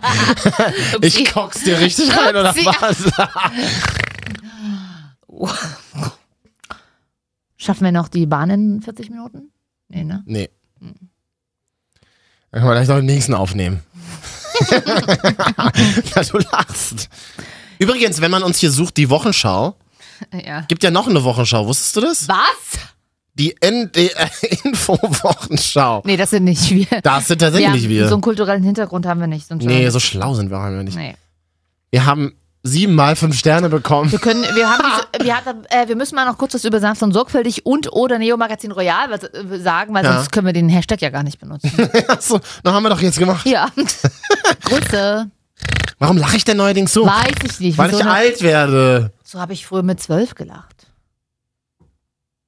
ich kock's dir richtig rein, oder Upsi. was? Schaffen wir noch die Bahn in 40 Minuten? Nee, ne? nee. Dann können wir gleich noch den nächsten aufnehmen. Na, du lachst. Übrigens, wenn man uns hier sucht, die Wochenschau, Ja. gibt ja noch eine Wochenschau, wusstest du das? Was? Die NDR-Info-Wochenschau. Nee, das sind nicht wir. Das sind tatsächlich ja, wir. So einen kulturellen Hintergrund haben wir nicht. So einen nee, so schlau sind wir haben wir nicht. nee. Wir haben siebenmal fünf Sterne bekommen. Wir können, wir haben, diese, wir, hatten, äh, wir müssen mal noch kurz was über sanft und sorgfältig und oder Neo Magazin Royal was, äh, sagen, weil Ja. sonst können wir den Hashtag ja gar nicht benutzen. Achso, noch haben wir doch jetzt gemacht. ja. Grüße. Warum lache ich denn neuerdings so? Weiß ich nicht. Weil wieso ich ne- alt werde. So habe ich früher mit zwölf gelacht.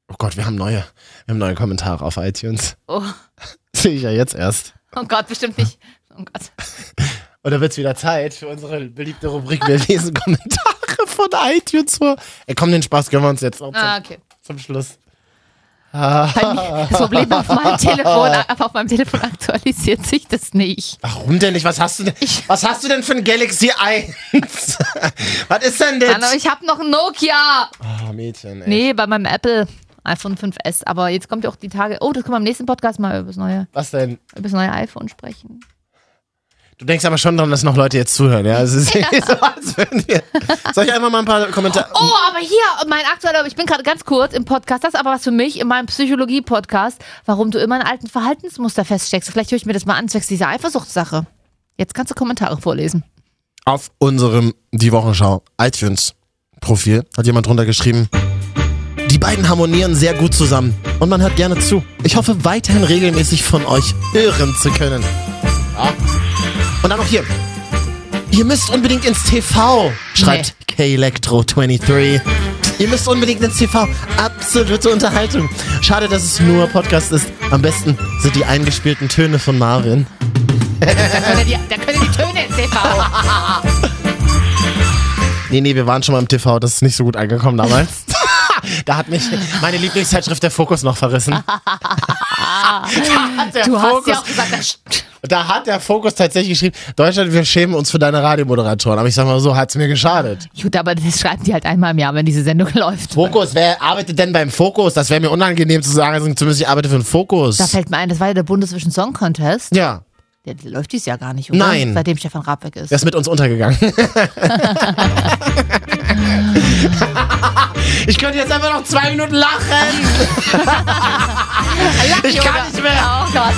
Oh Gott, wir haben neue, wir haben neue Kommentare auf iTunes. Oh, Sehe ich ja jetzt erst. oh Gott, bestimmt nicht. Oh Gott. Oder wird's wieder Zeit für unsere beliebte Rubrik? Wir lesen Kommentare von iTunes vor. Ey, komm, den Spaß gönnen wir uns jetzt noch zum, Ah, okay. zum Schluss. Bei mir- Das Problem auf meinem Telefon, aber auf meinem Telefon aktualisiert sich das nicht. Warum denn nicht? Was hast du denn, Ich- was hast du denn für ein Galaxy 1? was ist denn Hallo, das? ich habe noch ein Nokia. Ah, Mädchen, ey. Nee, bei meinem Apple iPhone 5S. Aber jetzt kommt ja auch die Tage. Oh, das können wir im nächsten Podcast mal über das neue, Was denn? über das neue iPhone sprechen. Du denkst aber schon dran, dass noch Leute jetzt zuhören, ja? Es ist irgendwie so, als würden wir. Soll ich einfach mal ein paar Kommentare. Oh, aber hier, mein aktueller, ich bin gerade ganz kurz im Podcast, das ist aber was für mich in meinem Psychologie-Podcast, warum du immer in alten Verhaltensmuster feststeckst. Vielleicht höre ich mir das mal an, zwecks dieser Eifersuchtssache. Jetzt kannst du Kommentare vorlesen. Auf unserem Die Wochenschau iTunes-Profil hat jemand drunter geschrieben. Die beiden harmonieren sehr gut zusammen und man hört gerne zu. Ich hoffe, weiterhin regelmäßig von euch hören zu können. Ja. Und dann noch hier. Ihr müsst unbedingt ins TV, schreibt K-Electro23. Ihr müsst unbedingt ins TV. Absolute Unterhaltung. Schade, dass es nur Podcast ist. Am besten sind die eingespielten Töne von Marvin. Da können die, da können die Töne ins TV. Nee, nee, wir waren schon mal im TV, das ist nicht so gut angekommen damals. da hat mich meine Lieblingszeitschrift der Fokus noch verrissen. da, hat der Du hast Fokus, ja auch gesagt, das st- da hat der Fokus tatsächlich geschrieben, Deutschland, wir schämen uns für deine Radiomoderatoren. Aber ich sag mal so, hat's mir geschadet. Gut, aber das schreiben die halt einmal im Jahr, wenn diese Sendung läuft. Fokus, wer arbeitet denn beim Fokus? Das wäre mir unangenehm zu sagen, also zumindest ich arbeite für den Fokus. Da fällt mir ein, das war ja der Bundesvision Song Contest. ja, Der läuft dieses Jahr gar nicht, oder? Nein. Seitdem Stefan Raab weg ist. der ist mit uns untergegangen. ich könnte jetzt einfach noch zwei Minuten lachen. ich kann nicht mehr. Oh Gott.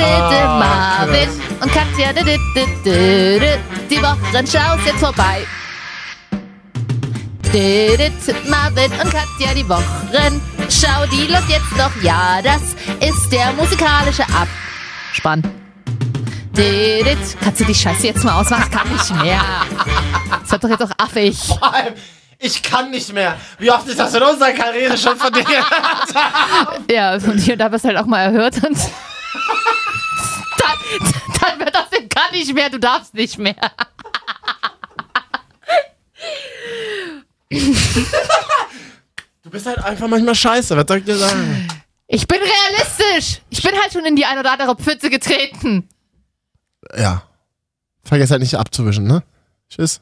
Marvin und Katja, die Wochenschau ist jetzt vorbei. Marvin und Katja, die Wochenschau, die läuft jetzt noch. Ja, das ist der musikalische Abspann. Didit. Kannst du die Scheiße jetzt mal ausmachen? Das kann nicht mehr. Das wird doch jetzt auch affig. Vor allem, ich kann nicht mehr. Wie oft ist das in unserer Karriere schon von dir? Ja, und hier und da wirst du halt auch mal erhört und dann, dann wird das denn kann nicht mehr, du darfst nicht mehr. Du bist halt einfach manchmal scheiße, was soll ich dir sagen? Ich bin realistisch. Ich bin halt schon in die ein oder andere Pfütze getreten. Ja. Vergiss halt nicht abzuwischen, ne? Tschüss.